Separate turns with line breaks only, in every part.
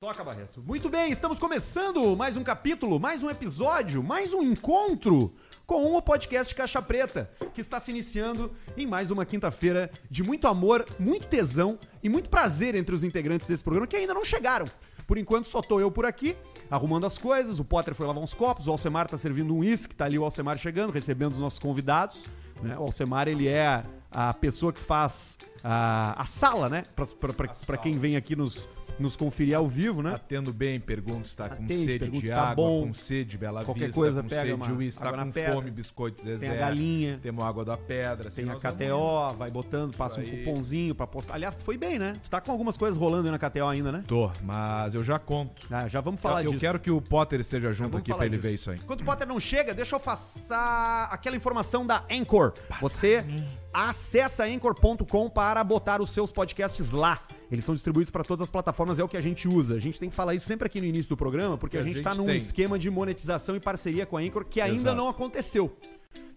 Toca, Barreto. Muito bem, estamos começando mais um capítulo, mais um episódio, mais um encontro com o podcast Caixa Preta, que está se iniciando em mais uma quinta-feira de muito amor, muito tesão e muito prazer entre os integrantes desse programa que ainda não chegaram. Por enquanto, só tô eu por aqui, arrumando as coisas. O Potter foi lavar uns copos, o Alcemar tá servindo um uísque, tá ali o Alcemar chegando, recebendo os nossos convidados. né? O Alcemar, ele é a pessoa que faz a, a sala, né? Pra- pra- pra- Pra quem vem aqui nos, nos conferir ao vivo, né?
Atendo Tá bem, pergunto se tá com
Atende,
sede
pergunta
de
se tá
água,
bom.
com sede, bela
Qualquer
vista,
coisa,
com
pega
sede,
uma
juiz, tá
água na
com
pedra.
fome, biscoito, zezé.
Tem a galinha.
Temos água da pedra. assim,
Tem a
nós vamos-
KTO, vai botando, passa um
Aí.
cupomzinho pra postar. Aliás, tu foi bem, né? Tu tá com algumas coisas rolando aí na KTO ainda, né?
Tô, mas eu já conto.
Ah, já vamos falar
eu,
disso.
eu quero que o Potter esteja
Já
junto
vamos
aqui
falar
pra ele
disso.
ver isso aí.
Enquanto o Potter não chega, deixa eu passar aquela informação da Anchor. Você acessa anchor.com para botar os seus podcasts lá. Eles são distribuídos para todas as plataformas, é o que a gente usa. A gente tem que falar isso sempre aqui no início do programa, porque a
Que a
gente
gente
está num
tem.
esquema de monetização e parceria com a Anchor que ainda
Exato.
não aconteceu.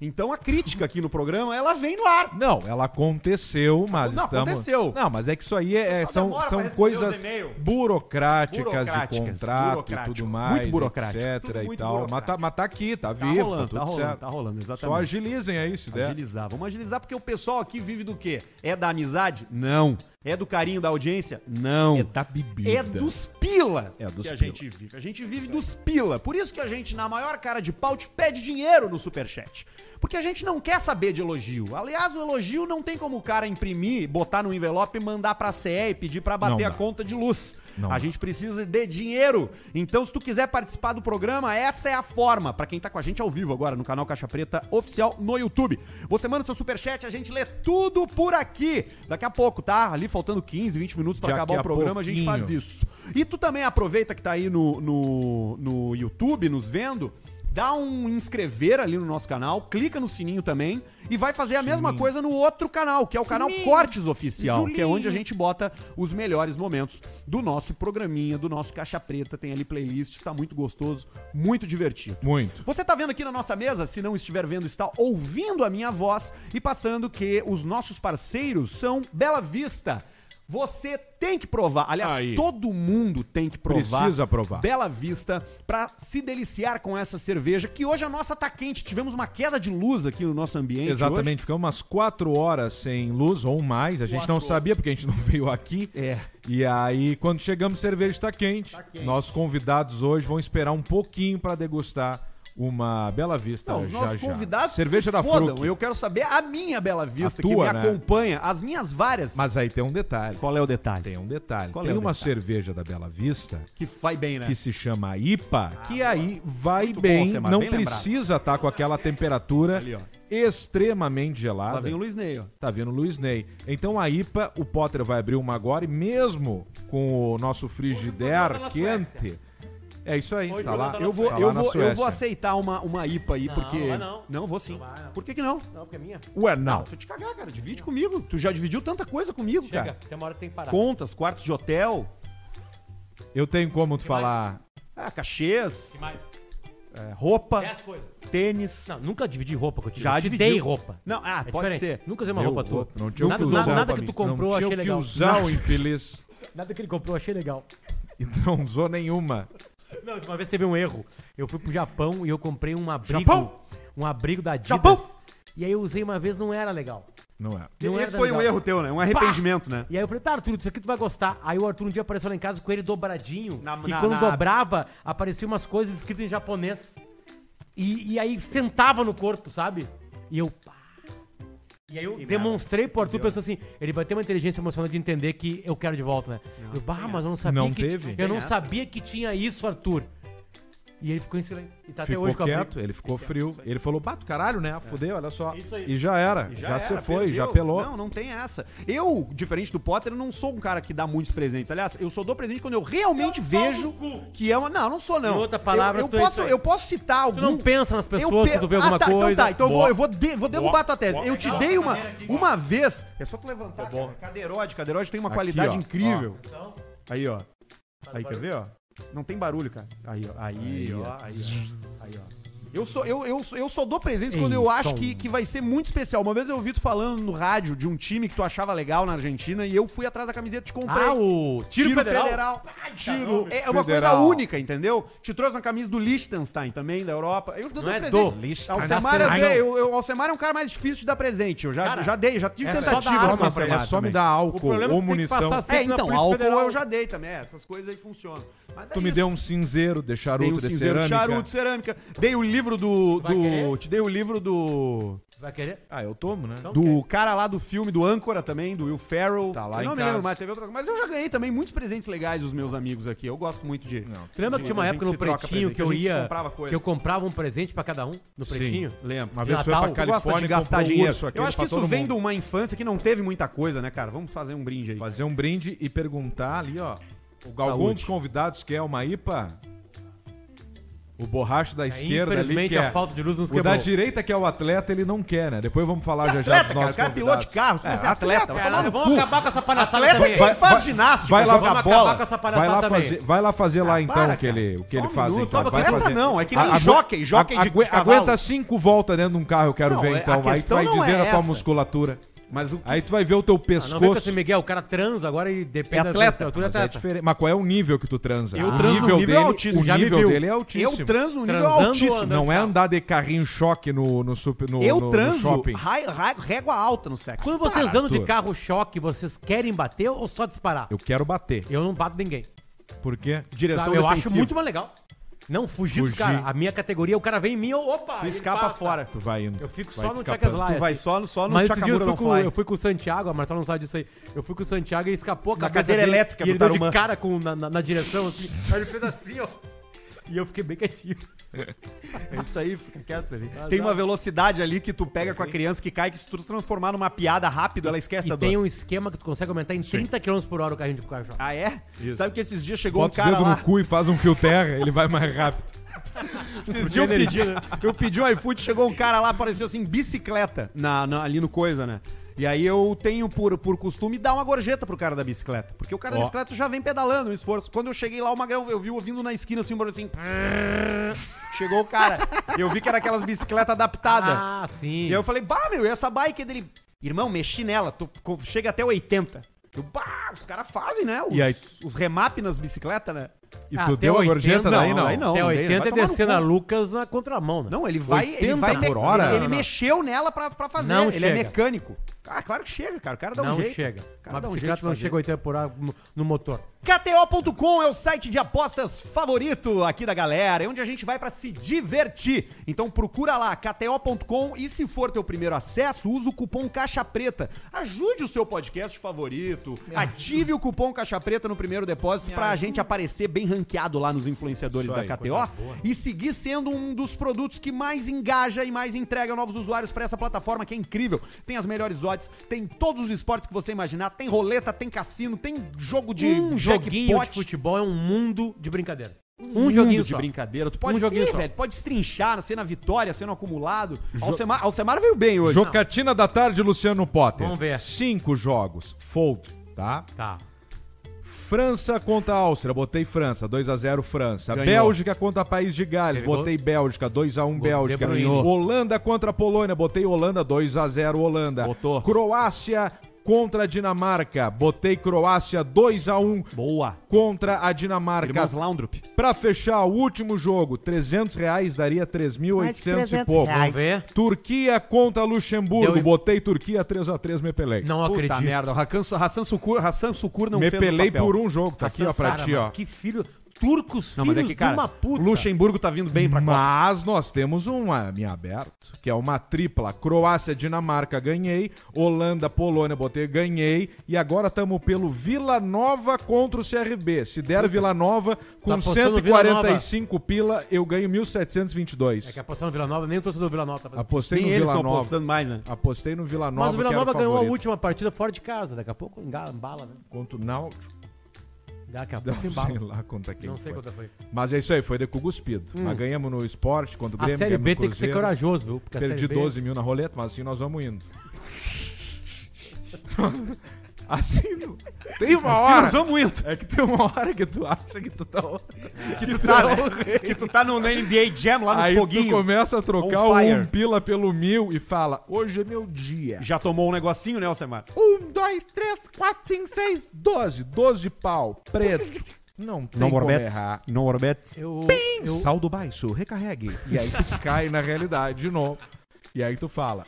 Então a crítica aqui no programa, ela vem no ar.
Não, ela aconteceu, mas
Não,
estamos...
aconteceu.
Não, mas é que isso aí é, é-
Só
são,
demora pra
são
responder
coisas
os e-mail.
burocráticas,
Burocráticas,
de contrato e
burocrático.
tudo mais,
Muito burocrático,
etc
tudo
e
muito
tal. Mas tá,
burocrático.
mas tá aqui, tá
Tá
vivo, tá
rolando,
tudo
tá rolando,
certo.
tá rolando, exatamente.
Só agilizem aí, se der.
Agilizar. Vamos agilizar porque o pessoal aqui vive do quê? É da amizade? Não. É do carinho da audiência? Não.
É da bebida.
É dos pila
É dos
que a
pila.
gente vive. A gente vive dos pila. Por isso que a gente, na maior cara de pau, te pede dinheiro no superchat. Porque a gente não quer saber de elogio. Aliás, o elogio não tem como o cara imprimir, botar no envelope, mandar pra CE e pedir pra bater
Não
a
dá.
conta de luz.
Não
a
dá.
gente precisa de dinheiro. Então, se tu quiser participar do programa, essa é a forma. Pra quem tá com a gente ao vivo agora no canal Caixa Preta Oficial no YouTube. Você manda o seu superchat, a gente lê tudo por aqui. Daqui a pouco, tá? Ali faltando 15, 20 minutos pra
Daqui
acabar o
a
programa, a gente faz
pouquinho.
isso. Isso. E tu também aproveita que tá aí no, no, no YouTube, nos vendo, dá um inscrever ali no nosso canal, clica no sininho também e vai fazer a mesma coisa no outro canal, que é o canal Cortes Oficial, que é onde a gente bota os melhores momentos do nosso programinha, do nosso Caixa Preta. Tem ali playlist, está muito gostoso, muito divertido.
Muito.
Você tá vendo aqui na nossa mesa, se não estiver vendo, está ouvindo a minha voz e passando que os nossos parceiros são Bela Vista. Você tem que provar. Aliás,
Aí.
É todo mundo tem que provar.
Precisa provar.
Bela Vista para se deliciar com essa cerveja que hoje a nossa tá quente. Tivemos uma queda de luz aqui no nosso ambiente
Exatamente, ficamos umas quatro horas sem luz ou mais. A gente não sabia porque a gente não veio aqui.
É. Tá
E aí, quando chegamos, a cerveja está quente. Nossos convidados hoje vão esperar um pouquinho para degustar uma Bela Vista.
Não, os
já,
nossos
já.
convidados
cerveja
se
da
fodam.
Fruc.
Eu quero saber a minha Bela Vista
A tua,
que me
né?
acompanha, as minhas várias.
Mas aí tem um detalhe.
qual é o detalhe?
Tem um detalhe.
Qual é
tem
o
uma
detalhe?
cerveja da Bela Vista
Que vai bem, né?
que se chama IPA, que aí vai
Ah, Muito bom,
bem,
Alcemar,
não
bem lembrado.
precisa estar com aquela temperatura
Ali, ó.
extremamente gelada.
Lá vem o Luiz Ney, ó.
Tá vindo o Luiz Ney. Então a IPA, o Potter vai abrir uma agora e mesmo com o nosso frigider quente. É isso aí, tá lá.
Eu vou,
tá lá
eu
na
vou, eu
Suécia.
vou aceitar uma, uma IPA aí, porque.
vai não.
vou sim.
Não vai, não.
Por que, que não?
Não, porque é minha.
Ué, não.
Deixa eu te cagar, cara. Divide comigo. Tu já dividiu tanta coisa comigo,
Chega,
cara.
tem uma hora que tem que parar.
Contas, quartos de hotel,
Eu tenho como tu falar.
ah, cachês,
Que mais?
é, roupa,
Dez coisas.
tênis.
Não, nunca dividi roupa contigo.
Já
Eu te
dividiu.
dei roupa.
Não, ah,
É
pode
diferente.
ser.
Nunca usei uma
eu
roupa tua.
vou- Não tinha
nada,
o que usar.
nada, nada
pra
que tu
mim.
comprou,
não tinha
achei
o que
legal.
usar o infeliz.
Nada que ele comprou, achei legal.
E não usou nenhuma.
Não, uma vez teve um erro. Eu fui pro Japão e eu comprei um abrigo.
Japão?
Um abrigo da Adidas.
Japão?
E aí eu usei uma vez, não era legal.
Não é.
Não
Esse
era
foi um
legal.
erro teu, né? Um arrependimento, né?
E aí eu falei, tá, Arthur, isso aqui tu vai gostar. Aí o Arthur um dia apareceu lá em casa com ele dobradinho.
Na-
e
na-
quando
na-
dobrava, apareciam umas coisas escritas em japonês. E, e aí sentava no corpo, sabe? E eu. pá. E aí eu demonstrei pro Arthur, pensando assim, ele vai ter uma inteligência emocional de entender que eu quero de volta, né? eu, bah, mas eu não sabia
Não
que.
teve?
Eu
Tem
não
essa.
sabia que tinha isso, Arthur. E ele ficou em silêncio. E tá até
Ficou
hoje com a
quieto, ele ficou frio. Ele falou, bato caralho, né? Fudeu, olha só.
Isso aí.
E já era.
E
Já
era,
se foi,
perdeu.
já pelou.
Não, não tem essa. Eu, diferente do Potter, não sou um cara que dá muitos presentes. Aliás, eu só dou presente quando eu realmente
Então, pau
vejo
no cu.
que é uma. Não, não sou, não.
Em outra palavra,
eu, eu
tu é
posso,
isso aí.
eu posso citar algum.
Tu não pensa nas pessoas
Uh, pe-
quando tu vê alguma
tá,
coisa.
Então tá, então eu vou,
Boa.
eu vou, de- vou derrubar a tua tese. eu te
Legal,
dei uma,
cadeira aqui, Tá
uma vez. É só tu levantar, cara. Cadeirode, cadeirode tem uma
Aqui,
qualidade
ó,
incrível.
Então,
Aí, ó. Aí, quer ver, ó? Não tem barulho, cara. Aí, ó. Aí, ó. Aí, ó. Aí, ó. Eu só, eu, eu, só- eu só dou presente
Ei, um.
quando eu acho
som.
que, que vai ser muito especial. Uma vez eu ouvi tu falando no rádio de um time que tu achava legal na Argentina e eu fui atrás da camiseta e te comprei.
Ah, o tiro, federal.
Tiro.
É uma coisa
federal.
única, entendeu? Te trouxe uma camisa do Liechtenstein também, da Europa. Eu dou
Não é
presente.
do
Alcemar, eu
Liechtenstein.
dei- eu- eu- Alcemar é um cara mais difícil de dar presente. Eu já,
Cara,
já dei, já tive
é só
tentativas
dar arma
com o
É
pra
Alcemar
Obrigado
só me
também.
dar álcool
problema é
ou
que tem que
munição.
passar
É,
sempre na
então,
Polícia
álcool
Federal.
eu já dei também. é, Essas coisas aí funcionam. Mas é
Tu me
isso.
deu um cinzeiro de charuto
Dei um
de
cinzeiro de
cerâmica.
charuto, cerâmica. Dei o livro do.
Vai
do-
querer?
te dei o livro do.
Vai querer?
Ah, eu tomo, né?
Então-
Do
Ok.
cara lá do filme, do Âncora também, do Will Ferrell.
Tá lá
eu
em
não me
casa.
lembro mais, teve outra coisa. Mas eu já ganhei também muitos presentes legais dos meus amigos aqui. Eu gosto muito de.
Não.
Tu lembra que tinha uma
A
época
gente
no
se troca
pretinho
presente,
que
a
eu
gente se
ia.
comprava coisa.
Que eu comprava um presente pra cada um no
Sim.
pretinho?
Lembro.
Uma vez
De
foi pra
Natal.
Tu gosta
Califórnia
de
e
gastar
comprou um
dinheiro.
urso,
eu
aquele
acho que
pra
isso
todo
vem
mundo.
de uma infância que não teve muita coisa, né, cara? Vamos fazer um brinde aí.
Fazer um brinde e perguntar ali, ó. O Galvão
Saúde.
dos convidados quer uma IPA. O borracho
É,
da esquerda ali
Infelizmente,
quer.
a falta de luz nos
o
quebrou.
da direita que é o atleta, ele não quer, né? Depois vamos falar já já
atleta,
dos
cara. O
nossos
cara é piloto de
convidados.
carro, você vai ser atleta, vai
Caralho,
tomar no
vamos
cu.
acabar com essa palhaçada
Atleta
também.
é quem
Vai-
faz
vai-
ginástica,
vai lá
joga
acabar
bola.
com essa
Vai
palhaçada
lá,
também.
fazer, vai lá fazer lá então
Ah, para,
o que
cara.
ele, o que
Só
ele
um
faz.
minuto.
Então.
Não,
Vai
atleta
fazer.
não, é que nem
Agu-
jockey, jockey de
agu-
cavalo.
Aguenta cinco voltas dentro de um carro, eu quero
Não, é-
ver
a
então. Aí tu
questão
vai
não é
dizer a tua
essa.
musculatura.
Mas o que
Aí tu vai ver o teu
Ah, não vem com
pescoço.
esse Miguel, o cara transa agora e depende
É atleta,
temperatura.
Mas, é
atleta.
diferente. mas qual é o nível que tu transa?
Eu
o
transo no nível
dele,
altíssimo.
O
Já me
nível
viu.
dele é
eu
altíssimo.
transo no nível
Transando
altíssimo.
ou andando?
Não é andar de carrinho choque no, no, super, no,
Eu
no- no
transo
shopping.
ra- ra- régua alta no sexo.
Quando vocês
Para,
andam de
Arthur.
carro choque, vocês querem bater ou só disparar? Eu,
Eu quero bater.
não bato ninguém.
Por quê?
Direção
Sabe? Eu
defensiva.
acho muito mais legal. Não, fugir, dos
Fugir.
caras. A minha categoria, o cara vem em mim, eu, opa!
Tu
ele
escapa
passa.
fora.
Tu vai indo.
Eu fico
vai
só no
escapando.
Checas
Tu vai só, no- só no
assim. Mas esse dia eu
Chakamura
fui,
não
com,
fly.
eu fui com o Santiago, a Marcela não sabe disso aí. Eu fui com o Santiago e ele escapou a
Na
cabeça
cadeira
dele,
elétrica
e
do
ele deu de
Tarumã.
cara com, na, na- na direção, assim. Aí ele fez assim, ó. E eu fiquei bem quietinho.
É isso aí, fica quieto ali.
Ah,
Tem
tá.
uma velocidade ali que tu pega com a criança que cai, que se tu transformar numa piada rápido, ela esquece da
E
dor.
tem um esquema que tu consegue aumentar em 30 km por hora o carrinho de carro choque.
Ah, é? Sabe que esses dias chegou um
Bota os
cara
dedos
lá.
no cu e faz um fio terra, ele vai mais rápido.
Esses dias eu pedi, eu pedi um iFood, chegou um cara lá, apareceu assim, bicicleta, na, na- ali no coisa, né? E aí eu tenho por, por costume dar uma gorjeta pro cara da bicicleta. Porque o cara da
Ó.
bicicleta já vem pedalando um esforço. Quando eu cheguei lá, o Magrão, eu vi ouvindo na esquina assim, um barulho assim. Chegou o cara. Eu vi que era aquelas bicicletas adaptadas.
Ah, sim.
E aí eu falei, bah, meu, e essa bike dele? Irmão, mexi nela, tu co- chega até 80. Eu, bah, os caras fazem, né? Os,
E aí-
os remap nas bicicletas, né?
E
Ah,
tu
até
deu a
80,
gorjeta daí,
não,
não.
aí não.
Até
dei, vai
80 é
tomar no
descendo
cu.
a Lucas na contramão, né?
Não, ele vai. ele
80
vai me-
por hora?
Ele, ele
Não, não.
mexeu nela pra, pra fazer.
Não
ele é
chega.
mecânico. Ah, claro que chega, cara. O cara dá
não
um jeito.
chega.
O cara
Uma
dá um
bicicleta
jeito de
não
fazer.
chega 80 por hora no- no motor.
KTO.com é o site de apostas favorito aqui da galera, é onde a gente vai pra se divertir. Então procura lá, KTO.com, e se for teu primeiro acesso, usa o cupom Caixa Preta. Ajude o seu podcast favorito, ative o cupom Caixa Preta no primeiro depósito pra gente aparecer bem ranqueado lá nos influenciadores
Isso aí,
da KTO e seguir sendo um dos produtos que mais engaja e mais entrega novos usuários pra essa plataforma que é incrível. Tem as melhores odds, tem todos os esportes que você imaginar, tem roleta, tem cassino, tem jogo de de
um joguinho de
jackpot,
futebol é um mundo de brincadeira. Um,
mundo
joguinho
de
só.
brincadeira. Tu pode
Um joguinho
Ih,
só.
velho, pode estrinchar, sendo a vitória, sendo acumulado. Alcemar, Alcemar veio bem hoje.
Jocatina da tarde, Luciano Potter.
Vamos ver.
Cinco jogos. Fold, tá?
Tá.
França contra a Áustria, botei França, 2x0 França.
Ganhou.
Bélgica contra País de Gales,
Pegou.
botei Bélgica, 2x1
De
Bélgica.
Bruyne.
Holanda contra a Polônia, botei Holanda, 2x0 Holanda.
Botou.
Croácia contra a Dinamarca, botei Croácia, 2x1
Boa.
contra a Dinamarca.
Irmãos Laundrup.
Pra fechar, o último jogo, 300 reais, daria 3.800 e pouco.
Vamos ver.
Turquia contra Luxemburgo,
Deu-
botei Turquia 3x3, me pelei.
Não
Puta
acredito.
merda, o Hassan, Su- Hassan Sucur, Hassan Sucur não
me
fez o
pelei
papel.
por um jogo, tá aqui ó, pra
Cara,
ti,
mas
ó.
Que filho. Turcos
Não, mas
filhos
é que,
de
cara,
uma puta.
Luxemburgo tá vindo bem pra Copa.
Mas nós temos um em aberto, que é uma tripla. Croácia, Dinamarca, ganhei. Holanda, Polônia, botei, ganhei. E agora estamos pelo Vila Nova contra o CRB. Se der Vila Nova, com
Tá apostando no Vila
145 pila, eu ganho 1.722.
É que apostar no Vila Nova, nem o torcedor do Vila Nova tá fazendo.
Apostei
Nem
no
eles
Vila
estão
Nova.
apostando mais, né?
Apostei no Vila Nova.
Mas o Vila
que era
Nova ganhou
favorito.
a última partida fora de casa. Daqui a pouco engala, embala, né?
Contra o Náutico.
Daqui a pouco
Não sei
embala.
lá contra quem
Não sei
foi.
quanto foi.
Mas é isso aí, foi de cu cuspido. Mas ganhamos no esporte, contra o
A
Grêmio,
Série
ganhamos
B
no
tem que ser
Cruzeiro.
corajoso, viu? Porque a
Perdi
Série B
12 mil na roleta, mas assim nós vamos indo. Assim, não- tem uma
Assim
hora.
nós vamos indo.
É que tem uma hora que tu acha que tu tá.
Que tu tá, né? Que tu tá no, na NBA Jam lá no
Aí
foguinho.
tu começa a trocar
On
o
fire.
um pila pelo mil e fala: hoje é meu dia.
Já tomou um negocinho, né, Alcemar?
Um, dois, três, quatro, cinco, seis, doze. Doze pau, preto. Não tem como errar.
Não orbetes.
Eu, eu-
Saldo baixo, recarregue. E aí tu cai na realidade de novo. E aí tu fala: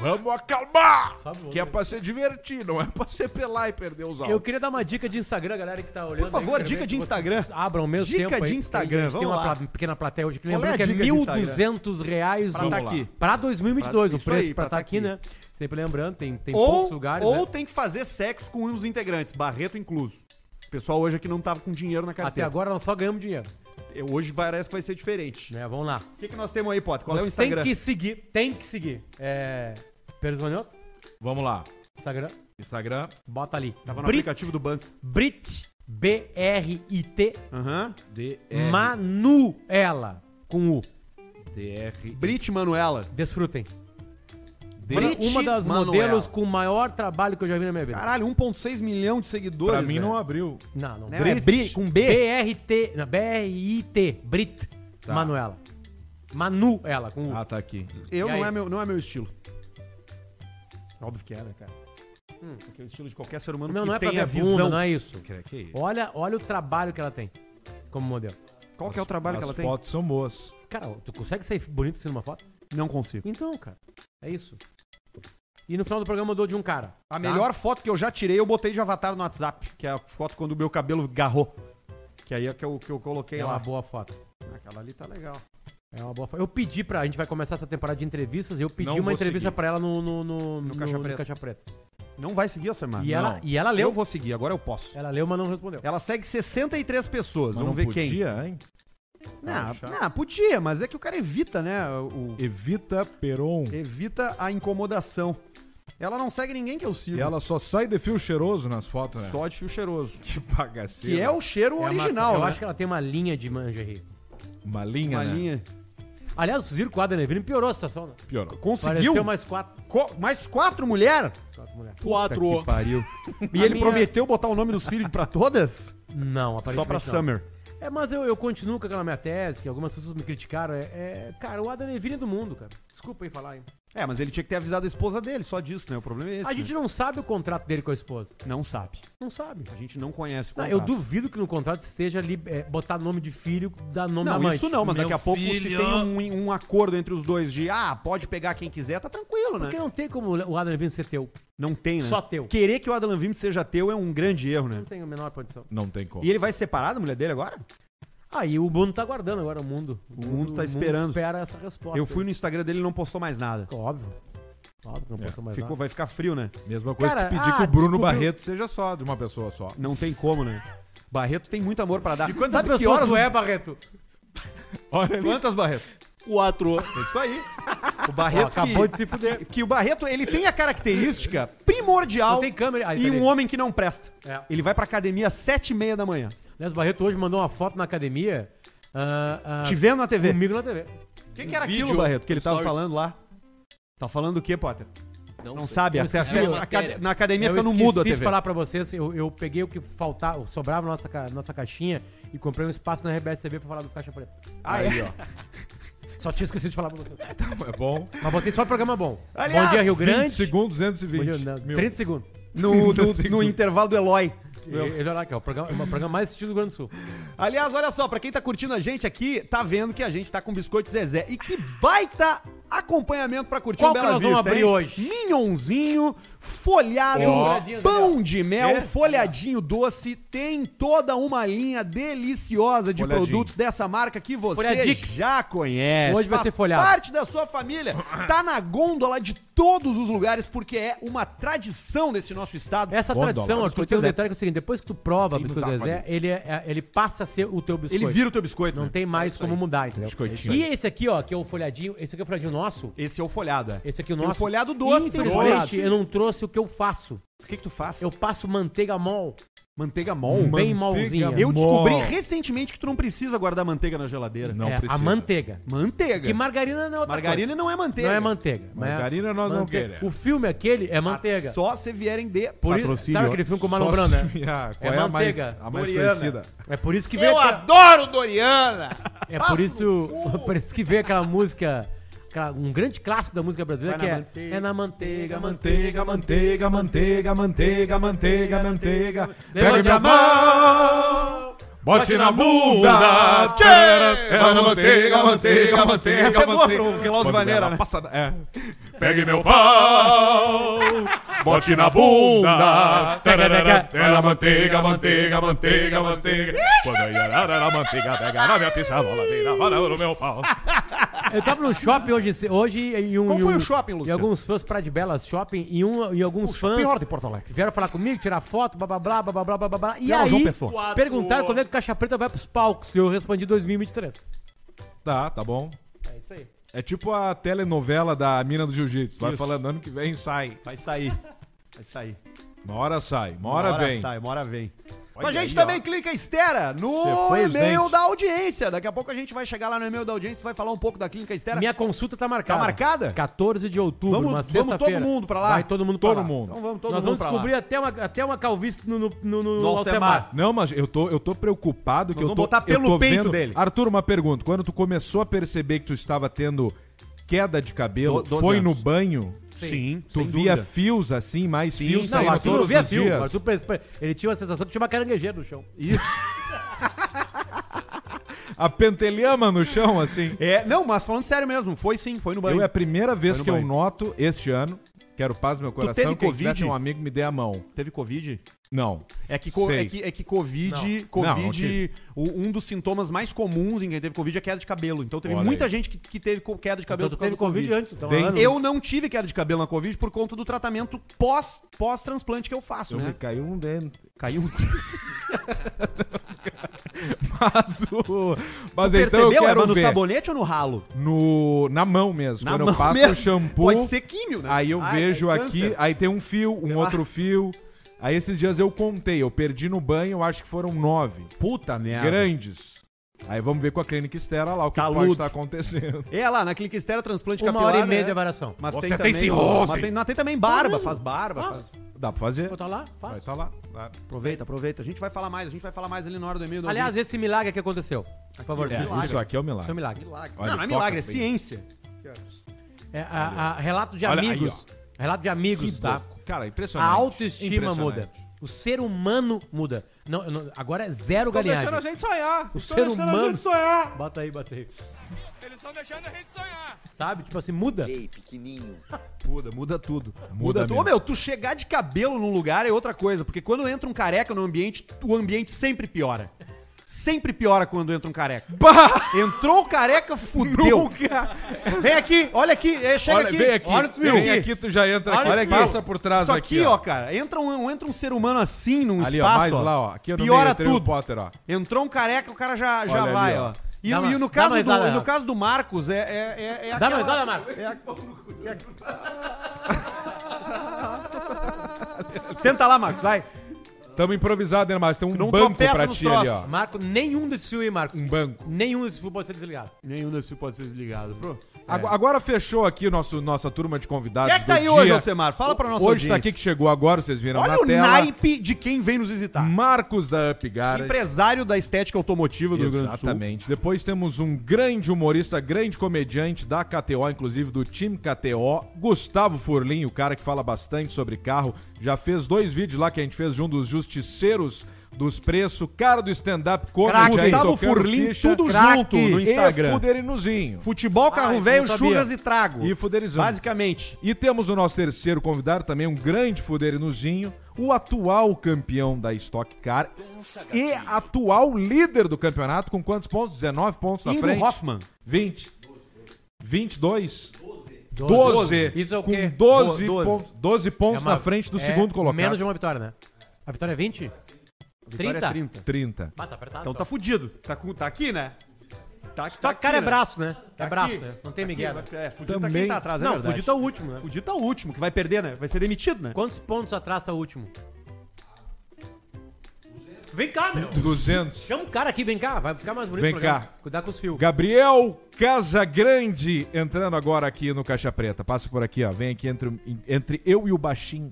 Vamos acalmar! Que é pra se divertir, não é pra se pelar e perder os
eu
alvos.
queria dar uma dica de Instagram, galera que tá olhando. aí,
favor,
quero
dica
ver
de
que vocês
Instagram.
Abram ao mesmo
Dica
tempo. aí,
de
que
Instagram,
a gente tem
vamos
uma
lá.
pla- pequena plateia hoje.
é
Lembrando
a
que é
dica de Instagram?
1.200 reais
Pra tá aqui.
Pra 2022,
Pra-
o
isso
preço
aí, pra
pra tá
tá
aqui,
aqui.
né? Sempre lembrando, tem, tem
Ou,
poucos lugares,
ou
né?
tem que fazer sexo com um dos integrantes, Barreto incluso. O pessoal hoje aqui não tava com dinheiro na
Até
carteira.
agora nós só ganhamos dinheiro,
Eu- Hoje parece que vai ser diferente.
né? Vamos lá.
O que, que nós temos aí, Potter? Qual é o
Vocês têm
Instagram?
que seguir, tem que seguir. É... Pedro Zanioto,
Vamos lá.
Instagram,
Instagram.
bota ali.
Tava no
Brit,
aplicativo do banco.
Brit, B-R-I-T,
Aham.
DR.
Manuela, com U.
DR.
Brit Manuela.
Desfrutem.
Brit
uma das
Manuela.
modelos com o maior trabalho que eu já vi na minha vida.
Caralho, 1.6 milhão de seguidores.
Pra mim
velho.
não abriu.
Não, não.
Né?
Brit.
É Bri- com B?
B-R-T. Não, B-R-I-T. Brit.
Tá.
Manuela. Manuela, com U.
Ah, tá aqui.
Eu
E
não
aí?
é, meu, não é meu estilo. Óbvio que é, né, cara? porque é o estilo de qualquer ser humano
não,
que
não é pra
tem
ver
a
visão.
visão.
não é isso.
Que isso?
Olha, olha o trabalho que ela tem como modelo.
Qual que é o trabalho
As
que ela tem?
fotos são boas.
Cara, tu consegue sair bonito sendo uma foto?
Não consigo.
Então, cara, é isso. E no final do programa mandou de um cara.
A
tá?
melhor foto que eu já tirei, eu botei de avatar no WhatsApp, que é a foto quando o meu cabelo garrou. Que aí é que eu, que eu coloquei
é uma
lá.
boa foto.
Aquela ali tá legal.
É uma boa foto. Eu pedi pra. A gente vai começar essa temporada de entrevistas. Eu pedi
Não
uma
vou
entrevista
seguir.
pra ela no, no, no, no-
Caixa
no
Preta.
Caixa Preta.
Não vai seguir essa semana. né?
E ela, e ela
Eu
leu.
vou É seguir, agora eu posso.
Ela leu, mas não respondeu.
Ela segue 63 pessoas,
Mas
vamos
não
ver quem.
podia, hein?
Não, não, podia, mas é que o cara evita, né? O,
Evita Peron.
evita a incomodação. Ela não segue ninguém que eu sigo.
E ela só sai de fio cheiroso nas fotos, né?
Só de fio cheiroso.
Que bagaceira.
Que é o cheiro
É uma-
original,
eu
né?
acho que ela tem uma linha de manjerri.
Uma linha,
Uma
né?
linha.
Aliás, vocês viram que o Adam Levine piorou a situação, né?
Piorou.
Conseguiu?
Apareceu mais quatro.
Co- mais quatro mulher?
Quatro mulheres.
Puta que pariu.
E
A
ele
minha-
prometeu botar o nome dos filhos pra todas?
Não, apareceu.
Só pra Summer.
É, mas eu, eu continuo com aquela minha tese, que algumas pessoas me criticaram. É, é, cara, o Adam Levine é do mundo, cara. Desculpa aí falar, hein?
É, mas ele tinha que ter avisado a esposa dele, só disso, né? O problema é esse.
A gente não sabe o contrato dele com a esposa.
né? não sabe.
Não sabe.
A gente não conhece o
Não,
contrato.
eu duvido que no contrato esteja ali é, botar nome de filho, dar nome da
Não,
mãe.
isso não, mas
Meu
daqui a pouco se
filho.
tem um, um acordo entre os dois de, ah, pode pegar quem quiser, tá tranquilo, né?
Porque não tem como o Adam Levine ser teu.
Não tem, né?
Só teu.
Querer que o Adam Levine seja teu é um grande erro, né?
Não tem a menor condição.
Não tem como.
E ele vai separar da mulher dele agora?
Aí o mundo tá aguardando agora, o mundo. O
mundo tá esperando.
espera essa resposta.
Eu fui no Instagram dele e não postou mais nada.
Óbvio. Óbvio que não posso mais
Ficou,
nada.
vai ficar frio, né?
Mesma coisa
Cara,
que pedir
ah,
que o Bruno
descobriu-
Barreto seja só, de uma pessoa só.
Não tem como, né? Barreto tem muito amor pra dar.
E quantas pessoas tu
o-
é, Barreto?
Olha ali.
Quantas, Barreto? Quatro. É isso aí. O Barreto
Ó, acabou
que,
de se fuder.
que- Que o Barreto, ele tem a característica primordial
Não tem câmera. Aí,
e
peraí.
um homem que não presta.
É.
Ele vai pra academia às sete e meia da manhã.
Aliás, o Barreto hoje mandou uma foto na academia. ah, ah,
Te vendo na TV.
comigo na TV.
O que, que era
Vídeo,
aquilo, Barreto, que ele tava
stories.
falando lá? Tá falando o quê, Potter?
Não,
Não sabe? é assim,
Você
a-
achou?
a- a- na academia
Eu
fica no
esqueci
mudo a
de
TV.
falar pra vocês, assim, eu, eu peguei o que faltava, sobrava na nossa, ca- nossa caixinha e comprei um espaço na RBS TV pra falar do Caixa Preta.
Ah, é?
Aí, ó.
Só tinha esquecido de falar pra vocês.
É bom.
Mas botei só programa bom.
Aliás,
bom dia, Rio
20
Grande.
segundos,
Bom dia,
220.
não,
Mil.
30 segundos.
No, no-
Segundo.
no intervalo do Eloy.
Ele olha lá, que é o programa, é o programa mais assistido do Rio Grande do Sul.
Aliás, olha só, pra quem tá curtindo a gente aqui, tá vendo que a gente tá com Biscoito Zezé. E que baita acompanhamento pra curtir
Qual
um
que
Bela
nós
Vista,
vamos abrir
hein?
hoje?
Minhonzinho, folhado,
Ó.
pão de mel,
É?
folhadinho doce. Tem toda uma linha deliciosa de
Folhadinho.
produtos dessa marca que você
Folhadix.
já conhece.
Hoje vai
Faz
ser folhado.
parte da sua família. Tá na gôndola de todos os lugares, porque é uma tradição desse nosso estado.
Essa
Gôndola.
tradição, Arthur,
Biscoito
tem um
Zezé.
detalhe que é o seguinte, depois que tu prova
Quem
Biscoito
usava
Zezé, ele, é- é- ele passa a ser o teu biscoito.
Ele vira o teu biscoito.
Não
né?
tem mais como mudar, entendeu?
É
Biscoitinho.
E esse aqui, ó, que é o folhadinho, esse aqui é o folhadinho nosso,
Esse é o folhado, é.
esse aqui é o
Tem o
nosso.
folhado doce, tem o
Infelizmente,
folhado.
eu não trouxe o que eu faço.
O que, que tu faz?
Eu passo manteiga mol.
Manteiga mol.
Bem malzinha.
Eu descobri
mol.
recentemente que tu não precisa guardar manteiga na geladeira.
Não
é,
precisa.
A manteiga.
Manteiga.
Que margarina não é outra
Margarina não é
coisa.
manteiga.
Não é manteiga. mas é-
Margarina nós não
manteiga.
queremos.
O filme aquele é manteiga.
Tá, Só se vierem de
Por isso-
patrocínio.
sabe aquele filme com o Marlon
Só
Brando, né?
se- Ah, qual
É
é, a mais,
manteiga.
a mais
Doriana.
conhecida?
É por isso que veio
Eu
aquela,
adoro Doriana!
é
passo
por isso, por isso que veio aquela música, aquela- um grande clássico da música brasileira
Vai
que
na
é
manteiga,
é na manteiga,
Manteiga,
manteiga.
manteiga, manteiga, manteiga, manteiga, manteiga.
Levante
Pega
a
a mão, bote na bunda. Tchê! É na manteiga, manteiga, manteiga.
Essa é boa
manteiga.
pro Klaus
Quando
Vaneira,
der uma
né?
passada- É. Pegue meu pau, bote na bunda. Tararara, É na manteiga, manteiga, manteiga, manteiga. Quando a yarara, manteiga pega na minha pizzaroladeira, para no meu pau.
Eu tava no shopping hoje, hoje e um
Qual
e
foi
um-
o shopping, Luciano?
E alguns fãs Praia de Belas Shopping e um e alguns fãs
Pior de Porto Alegre.
vieram falar comigo, tirar foto, blá blá blá blá blá blá blá blá. E
Não, João
aí
Pessoa.
perguntaram quando é que o Caixa Preta vai pros palcos. E eu respondi 2023.
Tá, tá bom.
É isso aí.
É tipo a telenovela da Mina do Jiu-Jitsu. Vai
Isso.
falando, ano que vem sai.
Vai sair. Vai sair.
Uma hora sai, uma hora, vem.
sai, uma hora vem.
Olha
a gente
aí,
também
ó.
clica Estera
Você
no
foi os
e-mail
dentes.
da audiência. Daqui a pouco a gente vai chegar lá no e-mail da audiência e vai falar um pouco da clínica Estera.
Minha consulta tá marcada.
Tá marcada?
14 de outubro,
Vamos-
uma
vamos
sexta-feira.
todo mundo pra lá?
Vai todo mundo
Todo
pra lá.
mundo.
Então vamos todo
Nós
mundo
vamos
pra
descobrir
lá.
até uma, até uma calvície no, no, no, no
No Alcemar.
Alcemar.
Não, mas eu tô, eu tô preocupado que
Nós
eu
vamos
tô,
botar
eu
pelo
tô
peito dele.
Arthur, uma pergunta. Quando tu começou a perceber que tu estava tendo queda de cabelo,
Do- 12
foi
anos.
no banho,
Sim,
tu via fios assim, mais
Sim.
fios
Não,
Não, o
saindo
Arthur não
todos
via
os
fio.
dias.
O Arthur, pens- pens- ele tinha a sensação que tinha uma caranguejeira no chão.
Isso. a pentelhama no chão, assim.
É, não, mas falando sério mesmo, foi sim, foi no banho.
Eu é a primeira vez
Foi no
que eu
banho.
noto este ano, quero paz no meu coração,
teve
quem
Covid?
tiver um amigo me dê a mão.
Teve Covid?
Não.
É que, co-
Sei.
é que, é que Covid,
Não.
Não, não
COVID
tive.
o- um dos sintomas mais comuns em quem teve Covid é queda de cabelo. Então teve
Olha
muita
aí.
gente que, que teve co- queda de cabelo
Então, tu
por causa do
teve
Covid.
Covid antes, então.
Tem-
ano.
Eu não tive queda de cabelo na Covid por conta do tratamento pós- pós-transplante que eu faço,
Eu me
né?
caiu um dente.
Caiu um
Mas o. Mas
Tu
então eu
percebeu?
quero
Era no
ver.
sabonete ou no ralo?
No, na mão mesmo.
Na
Quando
mão
eu passo
mesmo.
o shampoo.
Pode ser químio, né?
Aí eu
Ai,
vejo
ai,
aqui,
câncer.
aí tem um fio, um
Sei lá.
outro fio. Aí esses dias eu contei, eu perdi no banho, eu acho que foram nove.
Puta merda.
Grandes. Aí vamos ver com a clínica Estera lá o que
Taludo.
pode estar acontecendo.
É lá, na Clínica Estera, transplante
Uma
capilar.
hora e meia
né?
de variação.
Mas
Você
tem
tem
também.
cirrose.
mas tem, não, tem também barba,
Faz.
faz barba.
Faz.
faz-
Dá pra fazer?
Botar lá,
Vai
faz.
tá lá.
É,
lá.
Aproveita, aproveita. A gente vai falar mais, a gente vai falar mais ali na hora do e-mail. do
Aliás, esse milagre que aconteceu. Por favor,
É,
milagre.
isso aqui é o
Isso é um
milagre.
ouvinte.
milagre.
milagre.
Olha,
não, não é
toca,
milagre, é
bem.
ciência.
É, a- a- relato de
Olha aí,
amigos. relato de amigos,
Que
tá?
louco. Cara, é
A
impressionante.
autoestima
Impressionante.
muda. O ser humano muda. Não, não, agora é zero
Estão deixando a
galinhagem.
gente sonhar.
O
Estão
ser
deixando a
humano-
gente sonhar.
Bota aí, bota aí.
Eles estão deixando a gente sonhar.
Sabe? Tipo assim, muda.
Ei, pequenininho.
Muda, muda tudo. Muda,
Muda
tudo.
mesmo.
Ô, meu, tu chegar de cabelo num lugar é outra coisa, porque quando entra um careca no ambiente, o ambiente sempre piora. Sempre piora quando entra um careca.
Bah!
Entrou o careca, fudeu.
Nunca.
Vem aqui, olha aqui, é, chega
Olha,
aqui.
vem aqui.
Olha o desvio.
Vem aqui, tu já entra aqui.
Olha aqui.
Passa por trás
Isso
aqui,
aqui, ó, cara. Entra um, entra um ser humano assim num
Ali, ó,
espaço,
mais lá, ó. Aqui é no
piora
meio, tem o
tudo.
Potter, ó.
Entrou um careca, o cara já, já
Olha ali,
vai,
ó.
ó. E,
Dá
e
uma-
no
dá
caso
uma
do,
risada,
e no
Marco.
caso do Marcos, é, é, é, é
Dá
aquela-
mais, olha, Marco.
Senta lá, Marcos, vai.
Tamo improvisado, né, Mas Tem um
Não
banco
tropeça
pra
nos
ti ali, ó.
troços.
Marco, nenhum desses fios aí, Marcos.
Um banco.
Nenhum desses fios pode ser desligado.
Nenhum desses pode ser desligado, bro.
Agu- Agora fechou aqui o nosso, nossa turma de convidados.
É. Quem é que tá
do
aí hoje,
dia.
Alcemar? Fala pra nossa
Hoje
audiência.
tá aqui que chegou agora, vocês viram
Olha
na
o
tela.
naipe tá. de quem vem nos visitar.
Marcos da Upgar.
Empresário da estética automotiva do Rio Grande do Sul.
Exatamente. Depois temos um grande humorista, grande comediante da KTO, inclusive do time KTO, Gustavo Furlim, o cara que fala bastante sobre carro. Já fez dois vídeos lá que a gente fez junto dos justiceiros dos preços, cara do stand-up comedy.
Craque.
aí,
Gustavo
tocando
Furlim,
ficha,
tudo
craque
junto no Instagram.
E Fuderinozinho.
Futebol, carro
Ah, isso
velho,
não sabia.
churras e trago.
E fuderizando.
Basicamente.
E temos o nosso terceiro convidado também, um grande fuderinozinho, o atual campeão da Stock Car e atual líder do campeonato, com quantos pontos? 19 pontos na
Ingo
frente.
Hoffman.
20. 22?
12.
12.
Isso é o
com
quê?
12,
Do- 12.
pontos- 12
É
pontos
uma-
na frente do
é
segundo colocado.
Menos de uma vitória, né? A vitória é 20? 30?
é
30.
30.
Ah, tá apertado.
é Então tá fudido. Tá, com- tá aqui, né? Tá, tá
Tua cara é
né?
braço, né? É
Tá
braço,
aqui.
né? Não tem
Tá
Miguel. né?
aqui, É, fudido tá
Também-
quem tá atrás, é
Não,
verdade.
fudido é o último, né?
Fudido tá o último, que vai perder, né? Vai ser demitido, né?
Quantos pontos atrás tá o último? Vem cá, meu.
200.
Chama o cara aqui, vem cá. Vai ficar mais bonito
Vem
o programa.
cá.
Cuidar com os fios.
Gabriel Casagrande entrando agora aqui no Caixa Preta. Passa por aqui, ó. Vem aqui entre, entre eu e o baixinho.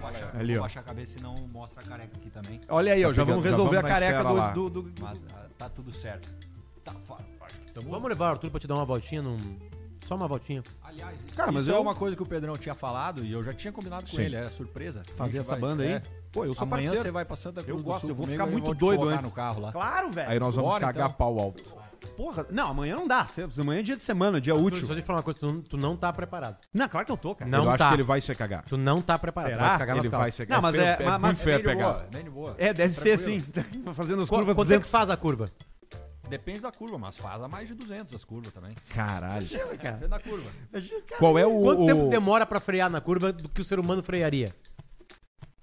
Baixar,
Ali,
vou
ó.
baixar a cabeça, senão mostra a careca aqui também.
Olha aí, ó, já
pegando,
vamos
já
resolver
vamos
a
na
careca
esfera lá.
do, do- do-
Mas ah, tá tudo certo. Tá, fa- acho que tamo-
Então, Vamos levar o Arthur pra te dar uma voltinha num... Só uma voltinha.
Aliás, isso,
Cara, mas
isso
eu-
é uma coisa que o Pedrão tinha falado e eu já tinha combinado com
Sim.
ele, era surpresa. A
Fazer
gente
essa
vai-
banda aí.
é.
Pô, eu sou
Amanhã
parceiro.
você vai pra Santa Cruz
Eu
do
gosto,
Sul
eu vou
comigo,
ficar
aí
muito
vão te
doido
botar
antes.
no carro lá.
Claro, velho.
Aí nós vamos
Bora,
cagar
então.
pau alto.
Porra, não, amanhã não dá. cê- Amanhã é dia de semana, dia útil.
Arthur, Só te falar uma coisa, tu não, tu não tá preparado.
Não, claro que eu tô, cara.
Não
eu acho
tá.
que ele vai se cagar.
Tu não tá preparado.
Será?
Vai se cagar nas
Ele vai
calças.
se cagar.
Não, mas
feio,
é-
pe-
mas-
muito
mas-
feio
Nem de
pegar.
boa, nem de boa.
É, deve ser assim.
Tá Tranquilo.
Fazendo as
Qu-
curvas
Quanto é que
200.
faz a curva?
Depende da curva, mas faz a mais de 200 as curvas também.
Caralho.
Depende da curva.
Qual é o.
Quanto
o-
tempo demora pra frear na curva do que o ser humano frearia?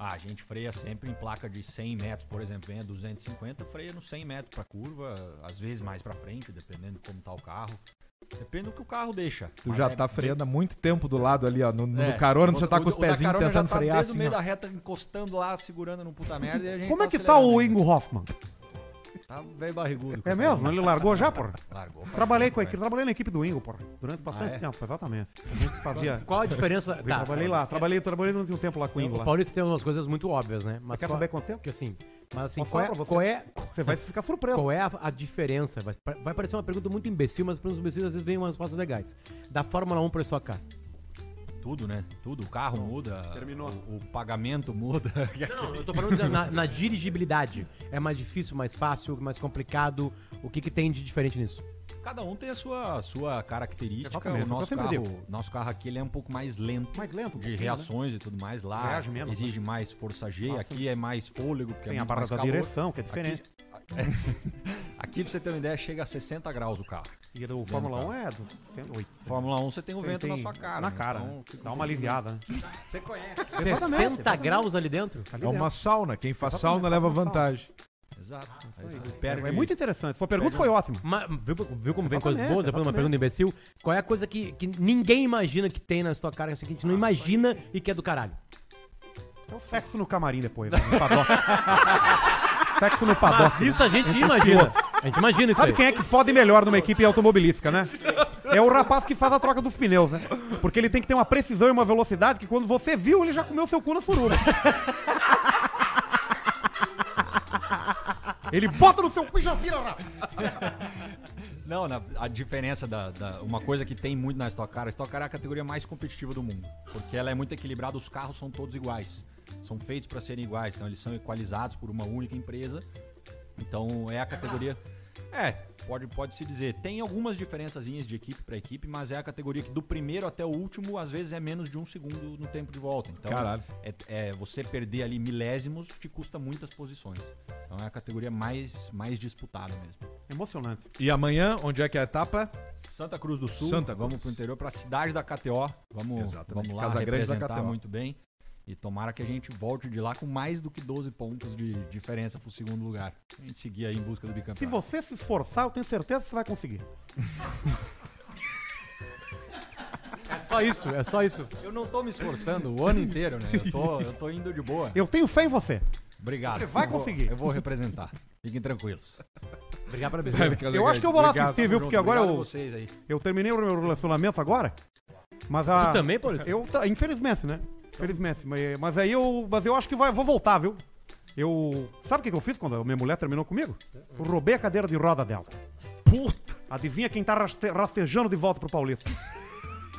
Ah, a gente freia sempre em placa de 100 metros, por exemplo, vem a 250, freia no 100 metros pra curva, às vezes mais pra frente, dependendo de como tá o carro. Depende do que o carro deixa.
Tu
Mas
já
é-
tá freando há muito tempo do lado ali, ó. No, no
É,
carona,
o-
você tá
o-
com os
o da
pezinhos
carona já
tentando
tá
frear
desde o
assim.
meio
ó.
da reta, encostando lá, segurando no puta merda e a gente
Como é que tá o
acelerando
Ingo Hoffman?
ainda. Tá velho barrigudo.
É mesmo? Ele largou já, porra?
Largou. faz
Trabalhei com a
tempo,
equipe, trabalhei na equipe do Ingo, porra. Durante bastante
né? Ah, é?
tempo, exatamente. A gente fazia.
Qual a diferença? Tá.
Trabalhei lá, trabalhei, trabalhei durante um tempo lá com o Ingo
O
lá.
Paulista tem umas coisas muito óbvias, né? Mas
Quer
qual-
saber quanto tempo?
Porque assim, mas assim,
Posso
qual é,
falar pra você?
qual é,
Você vai ficar surpreso.
qual é a, a diferença? Vai, vai parecer uma pergunta muito imbecil, mas para os imbecis às vezes vem umas respostas legais. Da Fórmula 1 para sua cá.
né? Tudo, né? Tudo. O carro muda.
terminou.
O, o pagamento muda.
Não, eu tô falando da- na, na dirigibilidade. É mais difícil, mais fácil, mais complicado? O que, que tem de diferente nisso?
Cada um tem a sua, sua característica.
Exatamente,
O
eu
nosso
sempre
carro, nosso carro aqui ele é um pouco mais lento.
Mais lento, um
De
pouquinho,
reações e tudo mais. Lá
Reage menos,
exige mais força G.
Nossa.
Aqui é mais fôlego. Porque
Tem
é
a
muito
barra
mais
da
calor. É.
direção, que é diferente.
Aqui, pra você ter uma ideia, chega a 60 graus o carro.
E o Fórmula 1 é do 108.
Fórmula 1 você tem o
Tem-
vento na
tem-
sua cara.
Na
né?
cara.
Então,
né? É
fica
Dá
um
uma aliviada, né?
Você conhece.
60 graus ali dentro?
Ali
É uma
dentro.
sauna. Quem faz
Exatamente,
sauna
faz
leva
uma sauna.
vantagem.
Exato.
É muito interessante. Sua pergunta foi ótima.
Ma- viu, viu como vem
Exatamente,
coisas boas? Depois de uma
exatamente.
pergunta imbecil. Qual é a coisa que, que ninguém imagina que tem na sua cara, que a gente não imagina e que é do caralho?
É o sexo no camarim depois, no paddock. sexo no paddock.
Mas Ah, isso a gente imagina. A gente imagina isso
Sabe
aí.
quem é que fode melhor numa equipe automobilística, né? É o rapaz que faz a troca dos pneus, né? Porque ele tem que ter uma precisão e uma velocidade que quando você viu, ele já comeu seu cu na suruba. Ele bota no seu cu e já vira. rapaz.
Não, na- a diferença da, da- Uma coisa que tem muito na Stock Car, a Stock Car é a categoria mais competitiva do mundo. Porque ela é muito equilibrada, os carros são todos iguais. São feitos para serem iguais, então eles são equalizados por uma única empresa. Então é a categoria. É, pode, pode se dizer. Tem algumas diferençazinhas de equipe para equipe, mas é a categoria que do primeiro até o último, às vezes, é menos de um segundo no tempo de volta. Então,
Caralho.
tá.
É, é, você perder ali milésimos te custa muitas posições. Então é a categoria mais, mais disputada mesmo.
Emocionante.
E amanhã, onde é que é a etapa?
Santa Cruz do Sul.
Santa
vamos
Cruz.
pro interior, pra cidade da KTO. Vamos,
Exatamente,
vamos lá
Casa Grande da
representar
KTO.
muito bem. E tomara que a gente volte de lá com mais do que 12 pontos de diferença pro segundo lugar. A gente seguir aí em busca do bicampeonato.
Se você se esforçar, eu tenho certeza que você vai conseguir.
É só isso, é só isso.
Eu não tô me esforçando o ano inteiro, né? Eu tô, eu tô indo de boa.
Eu tenho fé em você.
Obrigado.
Você vai
Eu vou-
conseguir.
Eu vou representar. Fiquem tranquilos.
Obrigado pela visita.
Eu acho que eu vou lá assistir, viu?
Tamo
Porque
junto.
agora
Obrigado
eu,
vocês aí.
eu terminei o meu relacionamento agora. Mas a.
Tu também, Paulista?
Eu, ta- infelizmente, né? Infelizmente. Mas, mas aí eu. Mas eu acho que vai, vou voltar, viu? Eu. Sabe o que, que eu fiz quando a minha mulher terminou comigo? Eu roubei a cadeira de roda dela. Puta! Adivinha quem tá raste- rastejando de volta pro Paulista?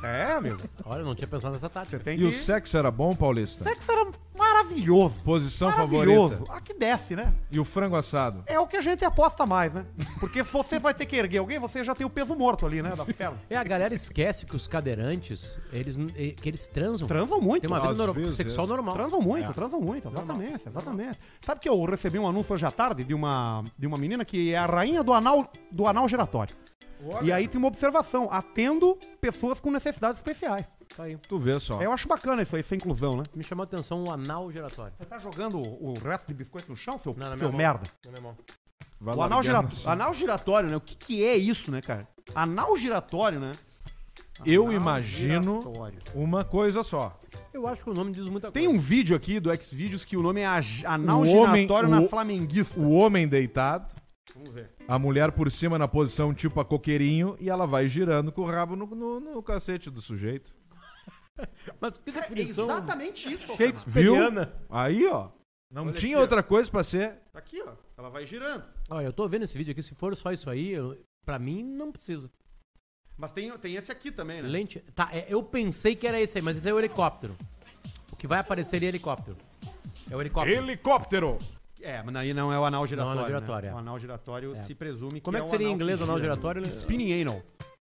É, amigo.
Olha, eu não tinha pensado nessa tática.
Você tem
E o
que.
sexo era bom, Paulista?
sexo era um maravilhoso.
Posição
maravilhoso.
favorita.
Aqui desce, né?
E o frango assado?
É o que a gente aposta mais, né? Porque se você vai ter que erguer alguém, você já tem o peso morto ali, né? Das pernas.
É, a galera esquece que os cadeirantes, eles, n- eh, que eles transam.
Transam é. muito. né?
Tem uma vida
Às
nor-
vezes.
sexual normal. É.
Transam muito, transam muito, exatamente, exatamente. Sabe que eu recebi um anúncio hoje à tarde de uma, de uma menina que é a rainha do anal, do anal giratório. E aí tem uma observação, atendo pessoas com necessidades especiais.
Tá aí.
Tu vê só.
Eu acho bacana isso aí, essa inclusão, né?
Me chamou a atenção o anal giratório.
Você tá jogando o o resto de biscoito no chão, seu,
Não, na minha
seu
mão.
merda?
Na minha mão.
Vai
O anal,
largando
gira-
assim.
anal giratório, né? O que que é isso, né, cara? Anal giratório, né?
Eu
Anal
imagino
giratório.
uma coisa só.
Eu acho que o nome diz muita coisa.
Tem um vídeo aqui do Xvideos que o nome é Ag- Anal
O homem-
Giratório na
o-
Flamenguista.
O homem deitado,
Vamos ver.
a mulher por cima na posição tipo a coqueirinho e ela vai girando com o rabo no, no, no cacete do sujeito.
Mas que
É
definição
exatamente isso. Alcemar.
Viu?
shakespeariana.
Aí, ó. Não
Olha
tinha
aqui, ó.
outra coisa pra ser.
Tá aqui, ó. Ela vai girando.
Olha, eu tô vendo esse vídeo aqui, se for só isso aí, eu, pra mim não precisa.
Mas tem, tem esse aqui também, né?
Lente. Tá, é, eu pensei que era esse aí, mas esse é o helicóptero. O que vai aparecer ali é helicóptero. É o helicóptero.
Helicóptero!
É, mas aí não é o anal giratório.
Não, anal giratório,
né?
é.
O anal giratório se presume
Como é
é
que
o
seria em
anal
inglês
que
o anal
gira.
giratório?
Spinning anal.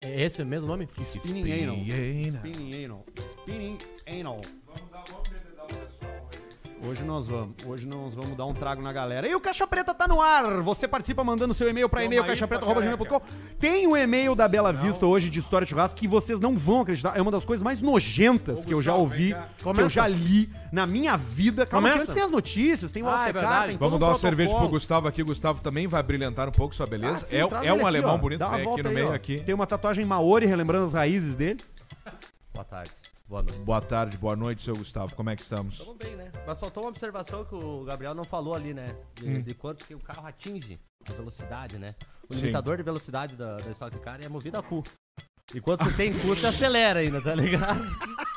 É esse mesmo o nome?
Spinning anal.
Spinning anal.
Spinning anal. Spinning anal. Hoje nós vamos, hoje nós vamos dar um trago na galera. E o Caixa Preta tá no ar. Você participa mandando seu e-mail pra e-mail caixapreta@gmail.com. Tem o e-mail da Bela Vista hoje de história de churrasco que vocês não vão acreditar. É uma das coisas mais nojentas que eu já ouvi, que eu
Começa.
já li na minha vida. Calma, que
Começa.
antes tem as notícias, tem o
Ah, é
ACK,
verdade.
tem todo
Vamos
um
dar uma
protocolo.
cerveja pro Gustavo aqui. Gustavo também vai brilhantar um pouco sua
Ah,
beleza.
sim,
é
traz
é
ele
um alemão
ó.
bonito,
Dá uma
vem aqui
volta
no
aí,
meio
ó.
aqui.
Tem uma tatuagem Maori relembrando as raízes dele.
Boa tarde. Boa noite.
Boa tarde, boa noite, seu Gustavo. Como é que estamos?
Vamos bem, né? Mas faltou uma observação que o Gabriel não falou ali, né? De, de quanto que o carro atinge a velocidade, né? O
Sim.
limitador de velocidade da, da Stock Car é movido a cu. E quando você tem cu, você acelera ainda, tá ligado?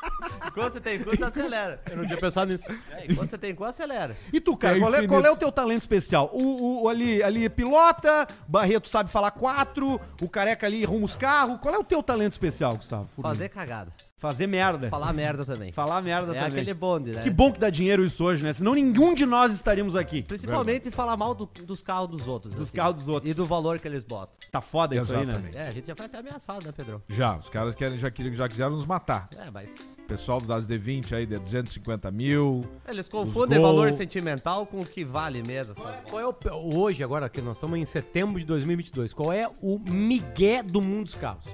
Enquanto você tem cu, você acelera.
Eu não tinha pensado nisso.
É, enquanto você tem cu, acelera.
E tu, cara,
É
qual, é,
infinito.
qual é o teu talento especial? O, o- o ali, ali é pilota, Barreto sabe falar quatro, o careca ali arruma os carros. Qual é o teu talento especial, Gustavo? Furlan?
Fazer cagada.
Fazer merda.
Falar merda também.
Falar merda
é
também.
aquele bonde, né?
Que bom que dá dinheiro isso hoje, né? Senão nenhum de nós estaríamos aqui.
Principalmente falar mal do- dos carros dos outros. assim.
Dos carros dos outros.
E do valor que eles botam.
Tá foda isso aí, né?
Exatamente.
É, a gente já foi até ameaçado, né, Pedrão?
Já, os caras querem, já, queriam- já quiseram nos matar.
É, mas
O pessoal das D20 aí, de 250 mil.
Eles confundem
Os gol.
valor sentimental com o que vale mesmo, sabe?
Qual é o. pe- Hoje, agora que nós estamos em setembro de 2022, qual é o migué do mundo dos carros?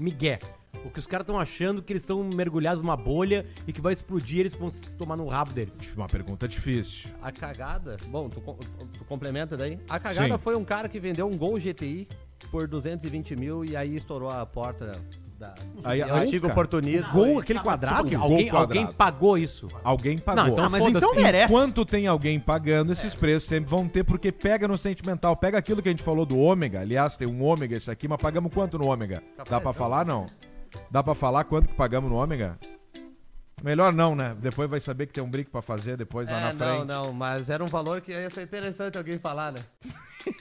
Migué. O que os caras estão achando que eles estão mergulhados numa bolha e que vai explodir e eles vão se tomar no rabo deles.
Uma pergunta difícil.
A cagada. Bom, tu, com- tu complementa daí. A cagada
Sim.
foi um cara que vendeu um Gol GTI por 220 mil e aí estourou a porta da.
Aí,
É o
aí,
antigo
cara,
oportunismo.
Gol,
aí.
aquele quadrado?
tipo, um Gol
Alguém,
quadrado.
alguém pagou isso.
Alguém pagou.
Não, então
Ah, mas
foda-se.
então merece.
Enquanto tem alguém pagando, esses preços sempre vão ter, porque pega no sentimental, pega aquilo que a gente falou do ômega. Aliás, tem um ômega esse aqui, mas pagamos quanto no ômega? Dá pra falar, não? Dá pra falar quanto que pagamos no ômega? Melhor não, né? Depois vai saber que tem um brick pra fazer depois lá
É,
na
não,
frente.
não, mas era um valor que ia ser interessante alguém falar, né?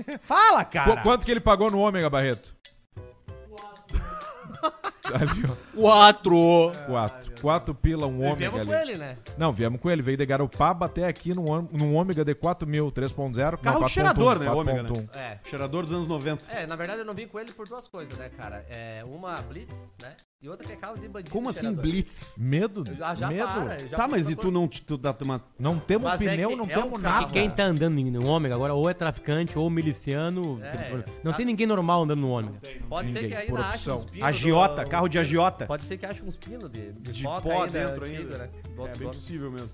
É, Fala,
Qu-
cara!
quanto que ele pagou no ômega, Barreto? Ali, ó.
Quatro!
Quatro. Quatro pila, um ômega
Viemos
ali.
com ele, né?
Não, viemos com ele. Veio de Garopaba até aqui num, ôm- num ômega de 4.000, 3.0.
Carro
não,
de cheirador, né,
4.1,
ômega, né?
4.1.
É.
Cheirador dos anos 90.
É, na verdade eu não vim com ele por duas coisas, né, cara? É, uma Blitz, né? E outra que é carro de bandido.
Como assim
gerador.
Blitz?
Medo?
Ah, já
medo?
para, já
Tá, mas e
procura-
tu não te- tu dá uma
Não temos
Mas é
pneu,
que
não
é
temos
um
nada.
carro-
E quem tá andando em- no ômega agora ou é traficante ou miliciano.
É,
não
tá-
tem ninguém normal andando no ômega.
Pode ser que
Ninguém,
ainda ache
produção.
uns pinos
agiota,
do-
carro de agiota.
Pode ser que ache uns pinos de, de,
De
foca
pó
é, ainda,
dentro
antigo,
ainda.
né? Do outro
É bem
dono.
possível mesmo.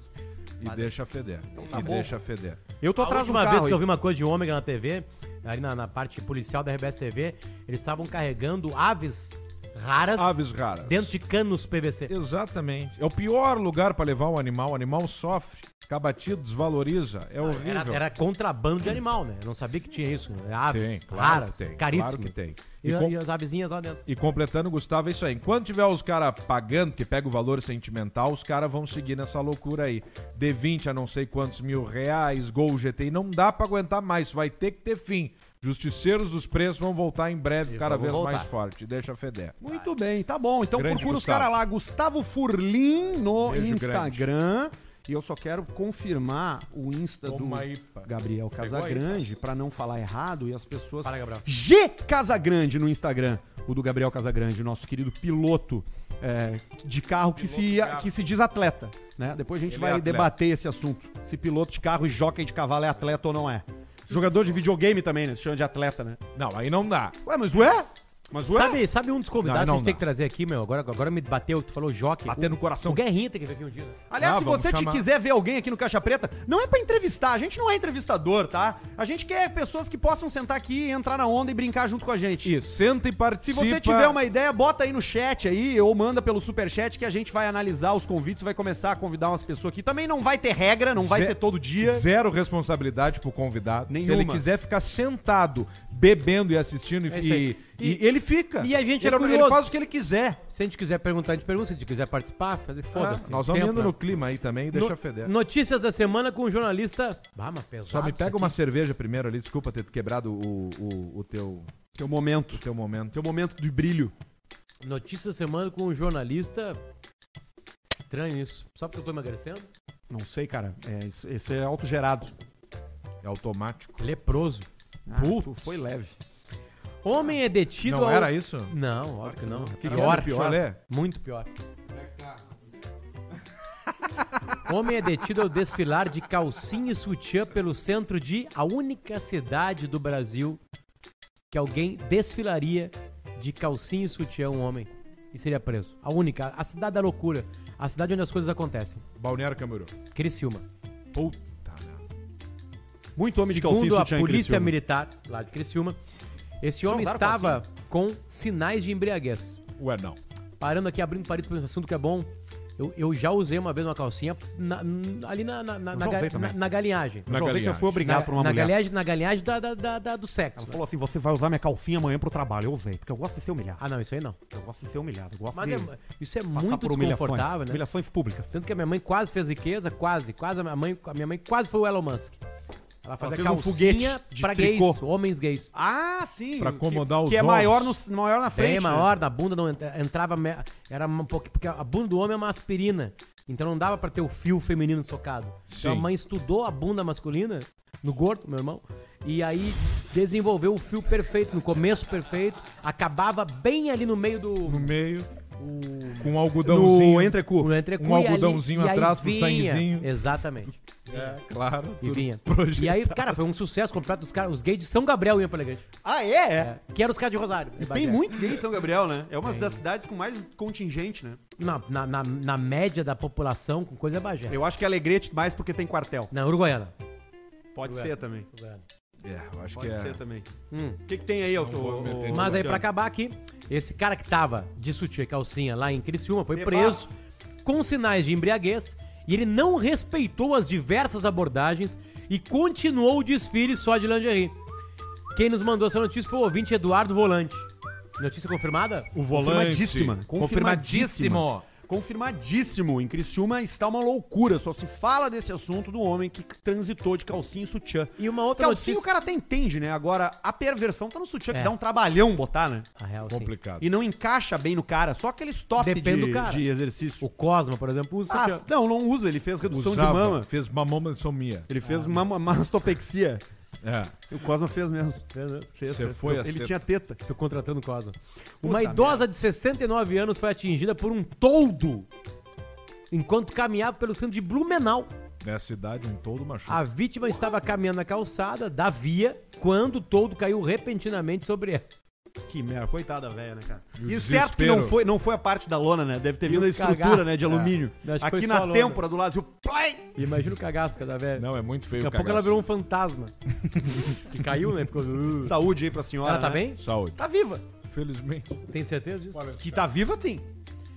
E deixa feder.
tá
e
bom.
deixa feder.
Eu tô
A
atrás do
última
um carro.
vez que eu
aí.
vi uma coisa de ômega na TV, ali na, na parte policial da RBS TV, eles estavam carregando aves raras
Aves raras.
dentro de canos PVC.
Exatamente. É o pior lugar pra levar o animal. O animal sofre, fica batido, desvaloriza. É horrível.
Era, era contrabando de animal, né? Eu não sabia que tinha isso. né? Aves
Tem, claro
raras,
que tem,
caríssimas.
claro que tem.
E,
E com-
e as avezinhas lá dentro.
E completando, Gustavo, é isso aí. Enquanto tiver os caras pagando, que pega o valor sentimental, os caras vão seguir nessa loucura aí. D20 a não sei quantos mil reais, Gol GTI, não dá pra aguentar mais, vai ter que ter fim. Justiceiros dos preços vão voltar em breve, cada
vamos
vez
voltar.
mais forte. Deixa feder.
Muito bem, tá bom. Então
Grande
procura os
Gustavo.
caras lá, Gustavo Furlim no
Beijo
Instagram. E eu só quero confirmar o Insta
Toma
do
aí, pá.
Gabriel Casagrande pra não falar errado e as pessoas.
Fala, Gabriel.
G Casagrande no Instagram, o do Gabriel Casagrande, nosso querido piloto é, de carro que se, que se diz atleta. Né? Depois a gente
Ele é
vai
atleta.
debater esse assunto. Se piloto de carro e jockey de cavalo é atleta ou não é. Jogador de videogame também, né? Se chama de atleta, né?
Não, aí não dá.
Ué, mas ué? Mas ué,
Sabe, sabe um dos convidados
Não, não
que a gente tem
dá.
que trazer aqui, meu? Agora, agora me bateu, tu falou Joque.
Bater
o,
no coração.
O Guerrinha tem que vir aqui um dia. né?
aliás,
Ah,
se
vamos
você te
chamar.
quiser ver alguém aqui no Caixa Preta, não é pra entrevistar, a gente não é entrevistador, tá? A gente quer pessoas que possam sentar aqui, entrar na onda e brincar junto com a gente.
Isso, senta e
Se
participa.
você tiver uma ideia, bota aí no chat aí, ou manda pelo superchat que a gente vai analisar os convites, vai começar a convidar umas pessoas aqui. Também não vai ter regra, não vai
Zé-
ser todo dia.
Zero responsabilidade pro convidado. Se ele
Nenhuma.
quiser ficar sentado, bebendo e assistindo,
É
e,
isso aí.
e- e ele fica.
e a gente é
ele, ele
curioso.
faz o que ele quiser.
Se a gente quiser perguntar, a gente pergunta. Se a gente quiser participar, fazer foda-se.
Ah, nós
Tempo,
vamos indo
né?
no clima aí também, deixa
No-
feder.
Notícias da semana com o jornalista. Ah, mas pesado.
Só me
isso
pega
aqui.
uma cerveja primeiro ali, desculpa ter quebrado o, o, o teu,
Teu momento.
teu momento.
Teu momento de brilho.
Notícias da semana com o jornalista. Estranho isso. Só porque eu tô emagrecendo?
Não sei, cara. É, isso- esse é autogerado.
É automático.
Leproso.
Ah, tu foi leve.
Homem é detido
Não
ao-
era isso?
Não, óbvio que não.
Pior, pior.
né?
Muito pior. Homem é detido ao desfilar de calcinha e sutiã pelo centro de a única cidade do Brasil que alguém desfilaria de calcinha e sutiã um homem e seria preso. A única, a cidade da loucura, a cidade onde as coisas acontecem.
Balneário Camboriú.
Criciúma.
Puta merda.
Muito homem de calcinha
Segundo a
sutiã em
polícia
Criciúma.
militar lá de Criciúma, esse homem
usaram
estava com sinais de embriaguez.
Ué, não.
parando aqui, abrindo parede para um assunto que é bom. Eu, eu já usei uma vez uma calcinha na- n- ali na, na, na,
Eu
na
já
ga-
usei também.
na- na galinhagem.
Na
Na
que eu
galinhagem.
fui obrigado
na,
por uma
na
mulher.
galinhagem, na galinhagem da, da, da- da- do sexo. né?
Ela falou assim, você vai usar minha calcinha amanhã pro trabalho. Eu usei, porque eu gosto de ser humilhado.
Ah, não, isso aí não.
Eu gosto de ser humilhado. Eu gosto
Mas
de
é-
passar
isso é muito desconfortável,
humilhações,
né?
humilhações públicas.
Tanto que a minha mãe quase fez riqueza, quase, quase. A minha mãe, a minha mãe quase foi o Elon Musk. Ela fazia
fez um
calcinha
foguete de
pra
tricô.
gays, homens gays.
Ah, sim.
Pra
que-
acomodar os
Que é
ovos.
maior, no, maior na frente.
Bem
né?
maior, na bunda não entra- entrava. me- Era um pouco. Porque a bunda do homem é uma aspirina. Então não dava pra ter o fio feminino socado. Então a
Sim.
mãe estudou a bunda masculina, no gordo, meu irmão. E aí desenvolveu o fio perfeito, no começo perfeito. Acabava bem ali no meio do.
No meio, com um algodãozinho.
No entrecu.
do entrecu,
um
e ali-
algodãozinho
e aí
atrás pro
vinha.
sanguezinho.
Exatamente.
Claro.
E
tudo
vinha.
projetado.
E aí, cara, foi um sucesso completo. Os, caras, os gays de São Gabriel iam pra Alegrete.
Ah, é? é.
É, que eram os caras de Rosário.
Tem muito gay em São Gabriel, né? É uma das cidades com mais contingente, né?
Na, na, na, na média da população, com coisa é bagé.
Eu acho que é Alegrete mais porque tem quartel.
Na Uruguaiana.
Pode ser também.
É, eu acho
Pode
que é.
ser também.
Hum.
O que, que tem aí, ô, ô, ô,
Mas aí, pra
Luciano?
acabar aqui, esse cara que tava de sutiã e calcinha lá em Criciúma foi
Eba.
preso com sinais de embriaguez e ele não respeitou as diversas abordagens e continuou o desfile só de lingerie. Quem nos mandou essa notícia foi o ouvinte Eduardo Volante. Notícia confirmada?
O
Confirmadíssima.
Confirmadíssimo.
Confirmadíssimo. Confirmadíssimo. Em Criciúma está uma loucura. Só se fala desse assunto do homem que transitou de calcinha e sutiã.
E uma outra
Calcinha o
notícia...
cara até entende, né? Agora, a perversão tá no sutiã,
É.
que dá um trabalhão botar, né?
A real, sim.
Complicado.
E não encaixa bem no cara. Só aquele stop
Depende
de,
do cara.
de exercício.
O Cosma, por exemplo, usa
Ah,
sutiã.
não, não usa. Ele fez redução
Usava, Ah,
de mama.
Fez mamomensomia.
Ele fez mama, mastopexia.
É.
O Cosma fez mesmo. Fez,
Você
fez.
foi às
Ele
tetas.
tinha teta.
Tô contratando o Cosma. Uma idosa de 69 anos foi atingida por um toldo enquanto caminhava pelo centro de Blumenau.
Nessa cidade, um todo machuca.
A vítima estava caminhando na calçada da via quando o toldo caiu repentinamente sobre ela.
Que merda, coitada velha, né, cara?
E o
E, certo que
desespero.
não foi, não foi a parte da lona, né? Deve ter vindo
o
a estrutura,
cagaço,
né, de
é.
alumínio.
Acho que
Aqui
foi só a
na
lona.
têmpora do Brasil. Play!
E Imagina o cagasca da velha.
Não, é muito feio
tá Daqui a
o
pouco ela
cagaço.
virou um fantasma. que caiu, né? Ficou. "Uh".
Saúde aí pra senhora.
Ela tá
né?
bem?
Saúde.
Tá viva.
Felizmente.
Tem certeza disso?
Que tá viva, tem.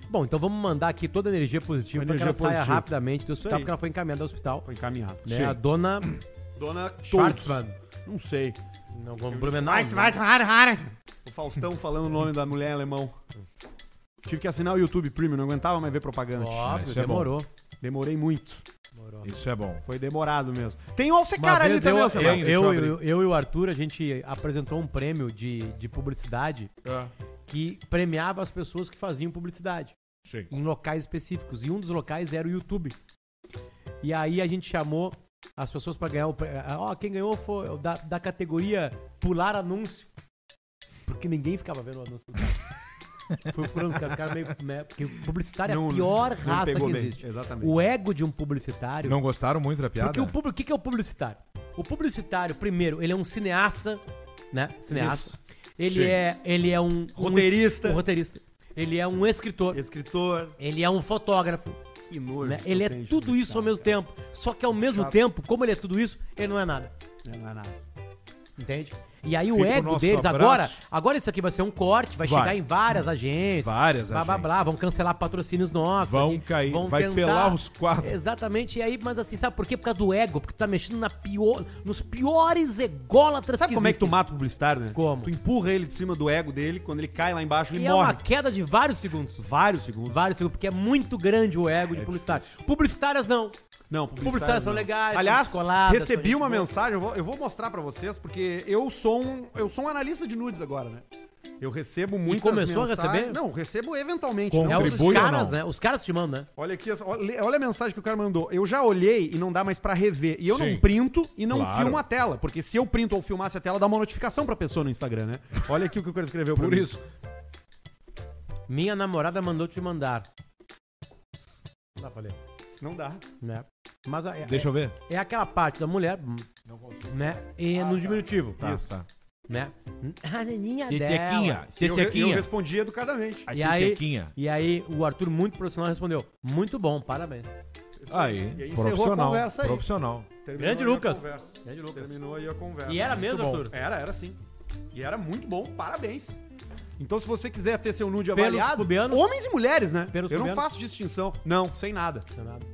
Bom, então vamos mandar aqui toda a energia positiva para que ela
Energia
saia
positiva.
rapidamente do
Tá.
hospital,
aí.
porque ela foi encaminhada ao hospital.
Foi encaminhado.
Né? A dona
Dona Schultz.
Schwartzman.
Não sei.
Não, vamos Blumenau.
O Faustão falando o nome da mulher em alemão. Tive que assinar o YouTube Premium, não aguentava mais ver propaganda.
Óbvio,
Isso é bom.
demorou.
Demorei muito.
Isso é bom.
Foi demorado mesmo. Tem o Alcecar
Uma
ali
vez eu,
também,
eu,
Alcecar.
Alcemar.
eu,
Deixa eu
eu- eu e o Arthur, a gente apresentou um prêmio de, de publicidade
É.
que premiava as pessoas que faziam publicidade.
Sim.
em locais específicos. E um dos locais era o YouTube. E aí a gente chamou as pessoas pra ganhar o prêmio. Ó, quem ganhou foi o da, da categoria pular anúncio. Porque ninguém ficava vendo o anúncio do cara. Foi furando os caras ficaram meio. né, Porque o publicitário é a
Não-
pior
não
raça que
pegou bem,
existe.
exatamente.
O ego de um publicitário.
Não gostaram muito da piada?
porque o público. O que que é o publicitário? O publicitário, primeiro, ele é um cineasta né? Cineasta.
Isso.
Ele
Sim.
é, ele é um um-
Roteirista.
um roteirista. Ele é um escritor.
Escritor.
Ele é um fotógrafo.
Que nojo.
né?
que
Ele
eu
é
tenho de
tudo
publicidade,
isso ao mesmo
cara.
tempo. Só que ao mesmo tempo, como ele é tudo isso, ele não é nada.
Não é nada.
Entende? E aí o
Fica o
ego
nosso
deles
abraço.
agora, agora isso aqui vai ser um corte, vai,
Vai.
chegar em várias agências.
Várias
blá, Blá,
agências.
blá, vão cancelar patrocínios nossos.
Vão
aqui,
cair, vai pelar os quadros.
Exatamente. E aí, mas assim, sabe por quê? Por causa do ego, porque tu tá mexendo na pior, nos piores ególatras
Sabe como é que tu
existem.
mata o publicitário, né?
Como?
Tu empurra ele de cima do ego dele, quando ele cai lá embaixo, ele
E é
morre.
uma queda de vários segundos.
Vários segundos.
Vários segundos, porque é muito grande o
É
ego de publicitário. Publicitárias não.
Não,
Publicitários são
não.
legais, são
Aliás,
descoladas, são
recebi
gente
uma
boa.
mensagem, eu vou, eu vou mostrar pra vocês, porque eu sou um, eu sou um analista de nudes agora, né? Eu recebo muitas
começou a
mensagens-
receber?
Não, recebo eventualmente.
Com-
não
É os
Contribui ou
caras,
não?
né? Os caras te mandam, né?
Olha aqui, essa- olha olha a mensagem que o cara mandou. Eu já olhei e não dá mais pra rever. E eu
Sim.
não printo e não
Claro.
filmo a tela. Porque se eu printo ou filmasse a tela, dá uma notificação pra pessoa no Instagram, né? Olha aqui o que o cara escreveu pra
Por
mim.
isso.
Minha namorada mandou te mandar. Não dá pra ler,
Não dá.
né? Mas é,
Deixa eu ver.
é, é aquela parte da mulher, né? E no diminutivo,
Tá,
Ah, Isso.
tá.
né? A neninha
Cecequinha.
dela.
Eu, re- eu
Cecequinha.
respondi educadamente.
A
E aí,
Cecequinha.
e aí o Arthur, muito profissional, respondeu. Muito bom, parabéns.
Aí,
E aí encerrou a
profissional.
conversa aí.
Profissional.
Terminou
Grande
aí a
Lucas.
conversa.
Grande Lucas.
Terminou aí a conversa.
E era mesmo,
bom.
Arthur?
Era, era sim. E era muito bom, parabéns. Então, se você quiser ter seu nude
Pelos
avaliado,
pubianos?
homens e mulheres, né?
Pelos
eu não
pubianos?
faço distinção. Não, sem nada.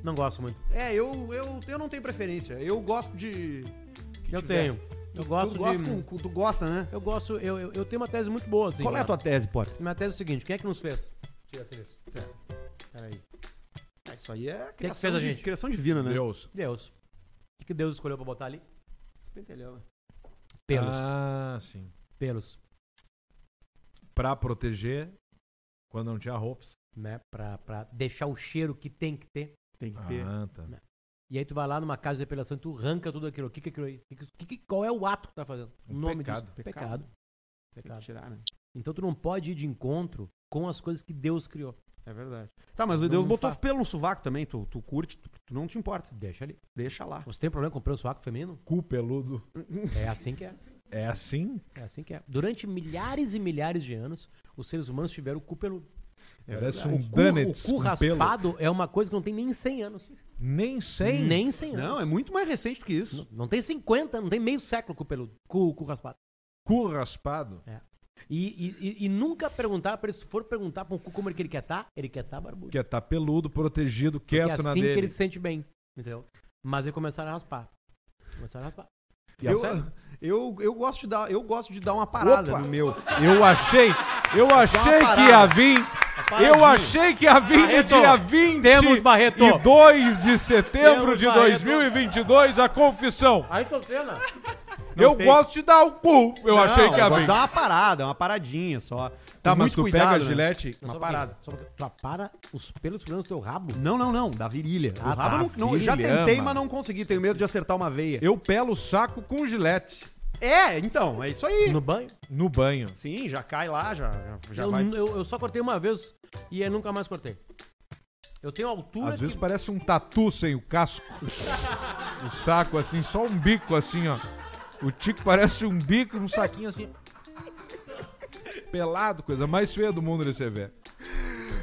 Não gosto muito.
É, eu, eu, eu não tenho preferência. Eu gosto de. que
Eu
tiver.
tenho. Eu gosto
tu, gosta
de...
com- com- tu gosta, né?
Eu gosto... Eu, eu, eu tenho uma tese muito boa, assim.
Qual é a
cara.
tua tese, Potter?
Minha tese é o seguinte. Quem é que nos fez?
Isso aí é
criação
de,
de-
criação divina, né?
Deus.
Deus. O que que Deus escolheu pra botar ali?
Pentelhão, né?
Pelos.
Ah, sim.
Pelos.
Pra proteger quando não tinha roupas.
Né? Pra, pra deixar o cheiro que tem que ter.
Tem que ter.
Ah, tá.
E aí tu vai lá numa casa de depilação e tu arranca tudo aquilo. O que que é aquilo aí? Que que- que- qual é o ato que tu tá fazendo?
Um
o nome
pecado.
disso?
Pecado.
Pecado.
Tem que
Pecado.
tirar, né?
Então tu não pode ir de encontro com as coisas que Deus criou.
É verdade. Tá, mas o
Não
Deus botou
faz.
pelo no sovaco também. Tu, tu curte, tu, tu não te importa.
Deixa ali.
Deixa lá.
Você tem problema com o sovaco feminino?
Cu peludo.
É assim que é.
É assim?
É assim que é. Durante milhares e milhares de anos, os seres humanos tiveram o cu peludo.
É
Parece
O
um
cu, o
Dunnets.
cu
um pelo.
raspado é uma coisa que não tem nem 100 anos.
Nem sem.
Nem 100 anos.
Não, é muito mais recente do que isso.
Não, não tem 50, não tem meio século cu peludo, cu, cu raspado.
Cu raspado.
E, e- e- e nunca perguntar pra ele, se for perguntar pra um cu como é que ele quer estar, ele quer estar barbudo.
Que é tá peludo, protegido,
Porque
quieto
é
na
assim
dele.
que ele se sente bem, entendeu? Mas eles começaram a raspar. Começaram a raspar.
E
Eu,
a-
eu, eu, gosto de dar, eu gosto de dar uma parada
Opa!
no meu.
Eu achei, eu achei
parada.
que ia vir. Eu
paradinha.
achei que ia vir no
Barreto,
dia 20
temos Barreto.
e 2 de setembro
Temos
de
Barreto.
2022 a confissão.
Aí Senna.
eu
tem.
gosto de dar o cu. Eu achei que ia
eu
vir.
Dá uma parada, uma paradinha só.
Tá,
Com
mas
muito
tu
cuidado,
pega a
né?
gilete.
Uma
Só um
parada.
pouquinho, Só porque tu apara os pelos do teu rabo.
Não, não, não. Da virilha.
Ah,
o rabo
tá,
eu não, não- eu já
virilha,
tentei,
mano.
mas não consegui. Tenho medo de acertar uma veia.
Eu pelo o saco com gilete
É, então, é isso aí.
No banho?
no banho.
Sim, já cai lá, já, já, já
eu,
vai.
eu- eu só cortei uma vez e eu nunca mais cortei. Eu tenho altura
Às
que-
vezes parece um tatu sem o casco. o saco assim, só um bico assim, ó. O tico parece um bico, um saquinho assim. Pelado, coisa mais feia do mundo de você ver.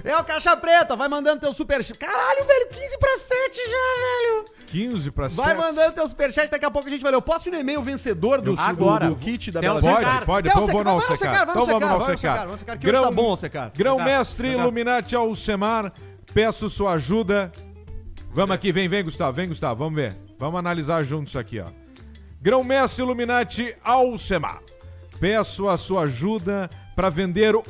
É o Caixa Preta, vai mandando teu superchat. Caralho, velho, 15 pra 7 já, velho.
15 pra 7.
Vai mandando teu superchat, daqui a pouco a gente vai ler. Eu posso ir no e-mail vencedor do,
Agora.
do, do kit da
Tem
Bela
um
Vista?
Pode,
secar.
pode,
Dá um
vamos
secar,
não
vai no secar,
secar.
vai no
Então vamos
secar, vai no
não
secar,
secar.
vai no secar, que hoje tá bom o secar.
Grão-mestre
Tá.
Illuminati Alcemar, peço sua ajuda. Vamos aqui, vem, vem, Gustavo, vem, Gustavo, vamos ver. Vamos analisar juntos aqui, ó. Grão-mestre Illuminati Alcemar, peço a sua ajuda para vender o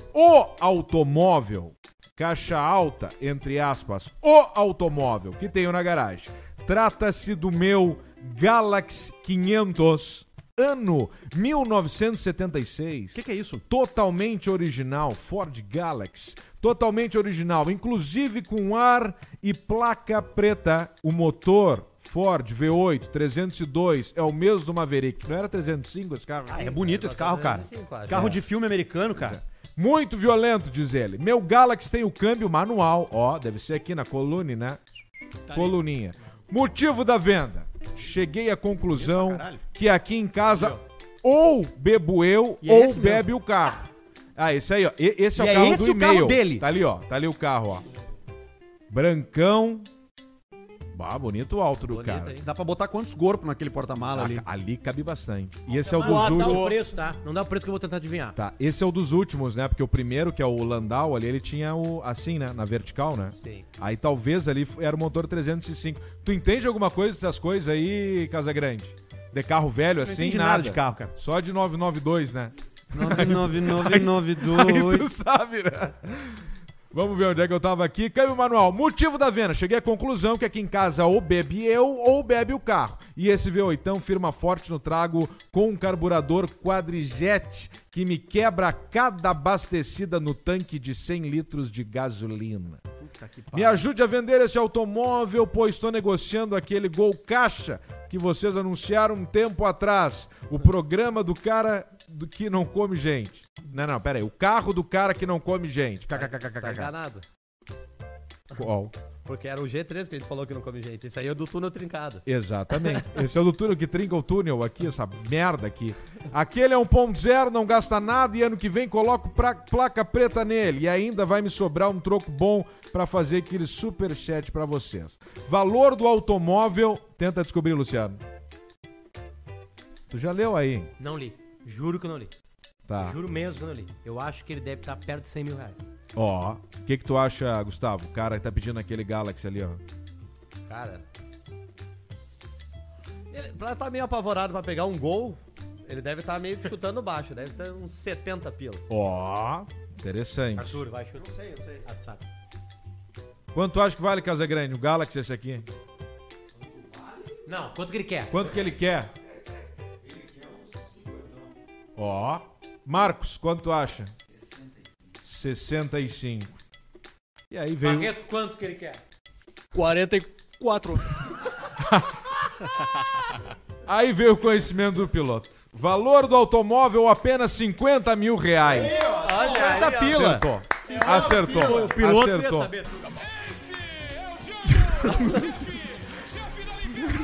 automóvel. Caixa alta, entre aspas, o automóvel que tenho na garagem. Trata-se do meu Galaxy 500, ano 1976
O que, que é isso?
totalmente original, Ford Galaxy, totalmente original, inclusive com ar e placa preta. O motor Ford V8 302 é o mesmo do Maverick. Não era 305 esse carro?
É bonito esse carro, cara.
305, acho.
Carro
É.
de filme americano, cara.
Muito violento, diz ele. Meu Galaxy tem o câmbio manual. Ó, deve ser aqui na coluna, né? Coluninha. Motivo da venda. Cheguei à conclusão
caralho.
que aqui em casa ou bebo eu
E é
ou
esse mesmo.
bebe o carro. Ah, esse aí, ó. E- esse é
E
o
é
carro do
esse o carro
e-mail.
dele.
Tá ali, ó. Tá ali o carro, ó. Brancão. Bah, bonito o alto do
Bonito,
cara.
hein?
Dá pra botar quantos corpos naquele porta-mala
Ah,
ali?
ca- ali cabe bastante. E esse é o
Não
dos
dá o
últimos.
preço, tá? Não dá o preço que eu vou tentar adivinhar.
Tá, esse é o dos últimos, né? Porque o primeiro, que é o Landau ali, ele tinha o assim, né? Na vertical, né?
Sim.
Aí talvez ali f- era o motor 305. Tu entende alguma coisa dessas coisas aí, Casagrande? De carro velho, assim,
entendi
nada.
nada de carro, cara.
Só de 992, né? Aí tu
99992.
sabe, né? Vamos ver onde é que eu tava aqui. Câmbio manual. Motivo da venda. Cheguei à conclusão que aqui em casa ou bebe eu ou bebe o carro. E esse V8 firma forte no trago com um carburador quadrijet que me quebra cada abastecida no tanque de 100 litros de gasolina. Me ajude a vender esse automóvel, pois estou negociando aquele Gol Caixa que vocês anunciaram um tempo atrás. O programa do cara do que não come gente. Não, não, pera aí. O carro do cara que não come gente.
Tá
KKKKK.
enganado.
Qual?
Porque era o G3 que a gente falou que não come gente. Isso aí é do túnel trincado.
Exatamente. Esse é o do túnel que trinca o túnel aqui, essa merda aqui. Aquele é 1.0, não gasta nada e ano que vem coloco pra- placa preta nele. E ainda vai me sobrar um troco bom pra fazer aquele superchat pra vocês. Valor do automóvel, tenta descobrir, Luciano. Tu já leu aí? hein?
Não li. Juro que eu não li.
Tá.
Juro mesmo que eu não li. Eu acho que ele deve estar perto de 100 mil reais.
Ó, o que que tu acha, Gustavo? O cara que tá pedindo aquele Galaxy ali, ó.
Cara. Ele pra tá meio apavorado pra pegar um gol, ele deve estar meio que chutando baixo. Deve ter uns 70 pila.
Ó, interessante.
Arthur, vai chutar. Não sei, eu sei. Ah, tu sabe.
Quanto tu acha que vale, Casagrande, o Galaxy esse aqui?
Não, quanto que ele quer?
Quanto que ele quer? Ele quer uns 50. Ó. Marcos, quanto tu acha? 65. 65. E aí veio.
Barreto, quanto que ele quer?
44.
Aí veio o conhecimento do piloto. Valor do automóvel apenas 50 mil reais.
Olha aí, ó.
pila.
Acertou. Acertou. Acertou.
Esse é o Diogo! chefe, chefe da Olimpíada!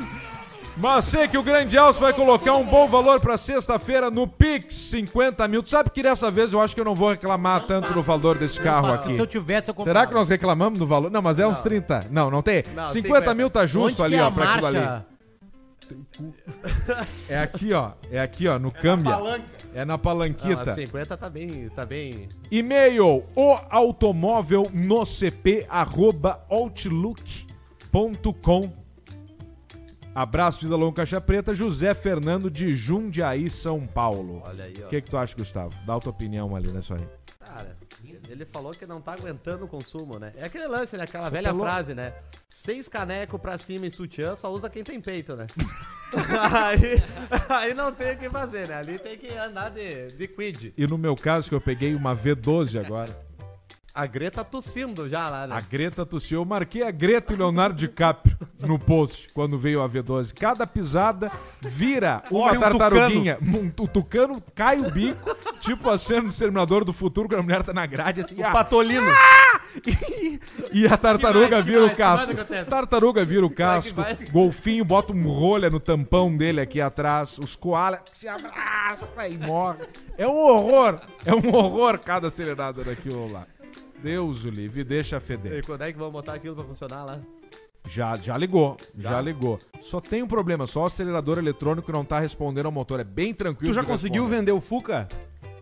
Mas sei que o grande Alce vai colocar um bom valor pra sexta-feira no Pix, 50 mil. Tu sabe que dessa vez eu acho que eu não vou reclamar tanto do valor desse carro
Mas que
aqui.
se eu tivesse, eu comprava.
é
Será que nós reclamamos do valor? Não, mas é uns 30. Não, não tem.
Não,
50,
50.
mil tá justo ali,
Onde que é
ó,
a
pra aquilo ali.
marcha?
É aqui, ó. É aqui, ó, no câmbio. É na
Não,
palanquita.
mas 50 tá bem, tá bem.
E-mail o automóvel no cp arroba outlook.com. Abraço, Vida Longa Caixa Preta, José Fernando de Jundiaí, São Paulo.
Olha aí, ó.
O que, que tu acha, Gustavo? Dá a tua opinião ali, né, Sorinho?
Cara, ele falou que não tá aguentando o consumo, né? É aquele lance, né? Aquela velha
louco.
frase, né? Seis caneco pra cima e sutiã só usa quem tem peito, né? aí, aí não tem o que fazer, né? Ali tem que andar de, de quid.
E no meu caso, que eu peguei uma V12 agora.
A Greta tossindo já lá,
A
né?
Greta tossiu. Eu marquei a Greta e o Leonardo DiCaprio no post quando veio a V12. Cada pisada vira uma
Morre um
tartaruguinha. Um- o tucano cai o bico, tipo a cena do Exterminador do Futuro, quando a mulher tá na grade assim. ah,
Patolino.
e a tartaruga
Que mais, que
vira
mais,
o
que mais
casco.
acontece?
Tartaruga vira o casco.
vai?
Golfinho bota um rolha no tampão dele aqui atrás. Os koalas se abraçam e morrem. É um horror. É um horror cada acelerada daquilo lá. Deus o livre, deixa feder.
E quando é que vão botar aquilo pra funcionar lá?
Já, já ligou, já? ligou. Só tem um problema, só o acelerador eletrônico não tá respondendo ao motor. É bem tranquilo.
Tu já
de
conseguiu
responder.
vender o Fuca?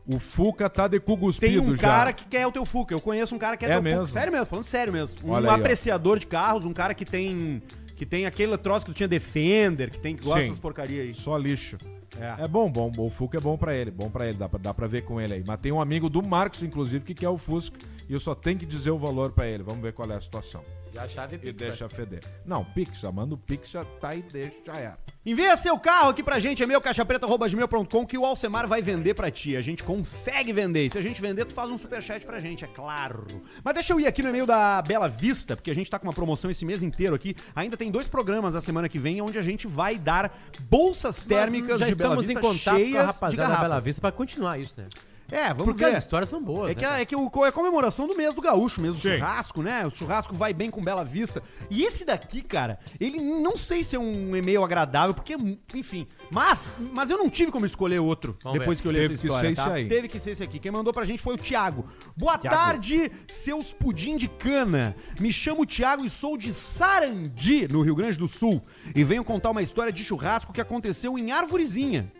O Fuca tá de cu
Tem
cuspido
um
já.
cara que quer o teu Fuca. Eu conheço um cara que é,
É
teu
mesmo?
Fuca. Sério mesmo, falando sério mesmo. Um
Olha aí, ó.
apreciador de carros, um cara que tem que tem aquele troço que tu tinha Defender, que tem que gosta
Sim.
dessas porcaria aí.
Só lixo.
É.
É bom, bom. O Fuca é bom pra ele, bom pra ele. Dá pra, dá pra ver com ele aí. Mas tem um amigo do Marcos, inclusive, que quer o Fusca. E eu só tenho que dizer o valor pra ele. Vamos ver qual é a situação.
Já a chave
E
Pix, né?
deixa feder. Não, Pix, já manda o Pix, já tá e deixa, já era.
Envia seu carro aqui pra gente, é meu caixapreta@gmail.com que o Alcemar vai vender pra ti. A gente consegue vender. E se a gente vender, tu faz um superchat pra gente, é claro. Mas deixa eu ir aqui no e-mail da Bela Vista, porque a gente tá com uma promoção esse mês inteiro aqui. Ainda tem dois programas a semana que vem onde a gente vai dar bolsas térmicas
já
de Bela
estamos
Vista
em contato
cheias
com a
de
rapaziada da
garrafas.
Bela Vista pra continuar isso, né?
É, vamos
Porque
ver.
as histórias são boas.
É que,
né?
é que o, co- é a comemoração do mês do gaúcho, mês do
Sim.
churrasco, né? O churrasco vai bem com Bela Vista. E esse daqui, cara, ele não sei se é um e-mail agradável, porque, enfim. Mas, mas eu não tive como escolher outro
Vamos
depois
ver.
que eu li
Teve
essa
que
história,
ser
tá?
esse aí.
Teve que ser esse aqui. Quem mandou pra gente foi o Thiago. Boa tarde, seus pudim de cana. Me chamo Thiago e sou de Sarandi, no Rio Grande do Sul. E venho contar uma história de churrasco que aconteceu em Arvorezinha.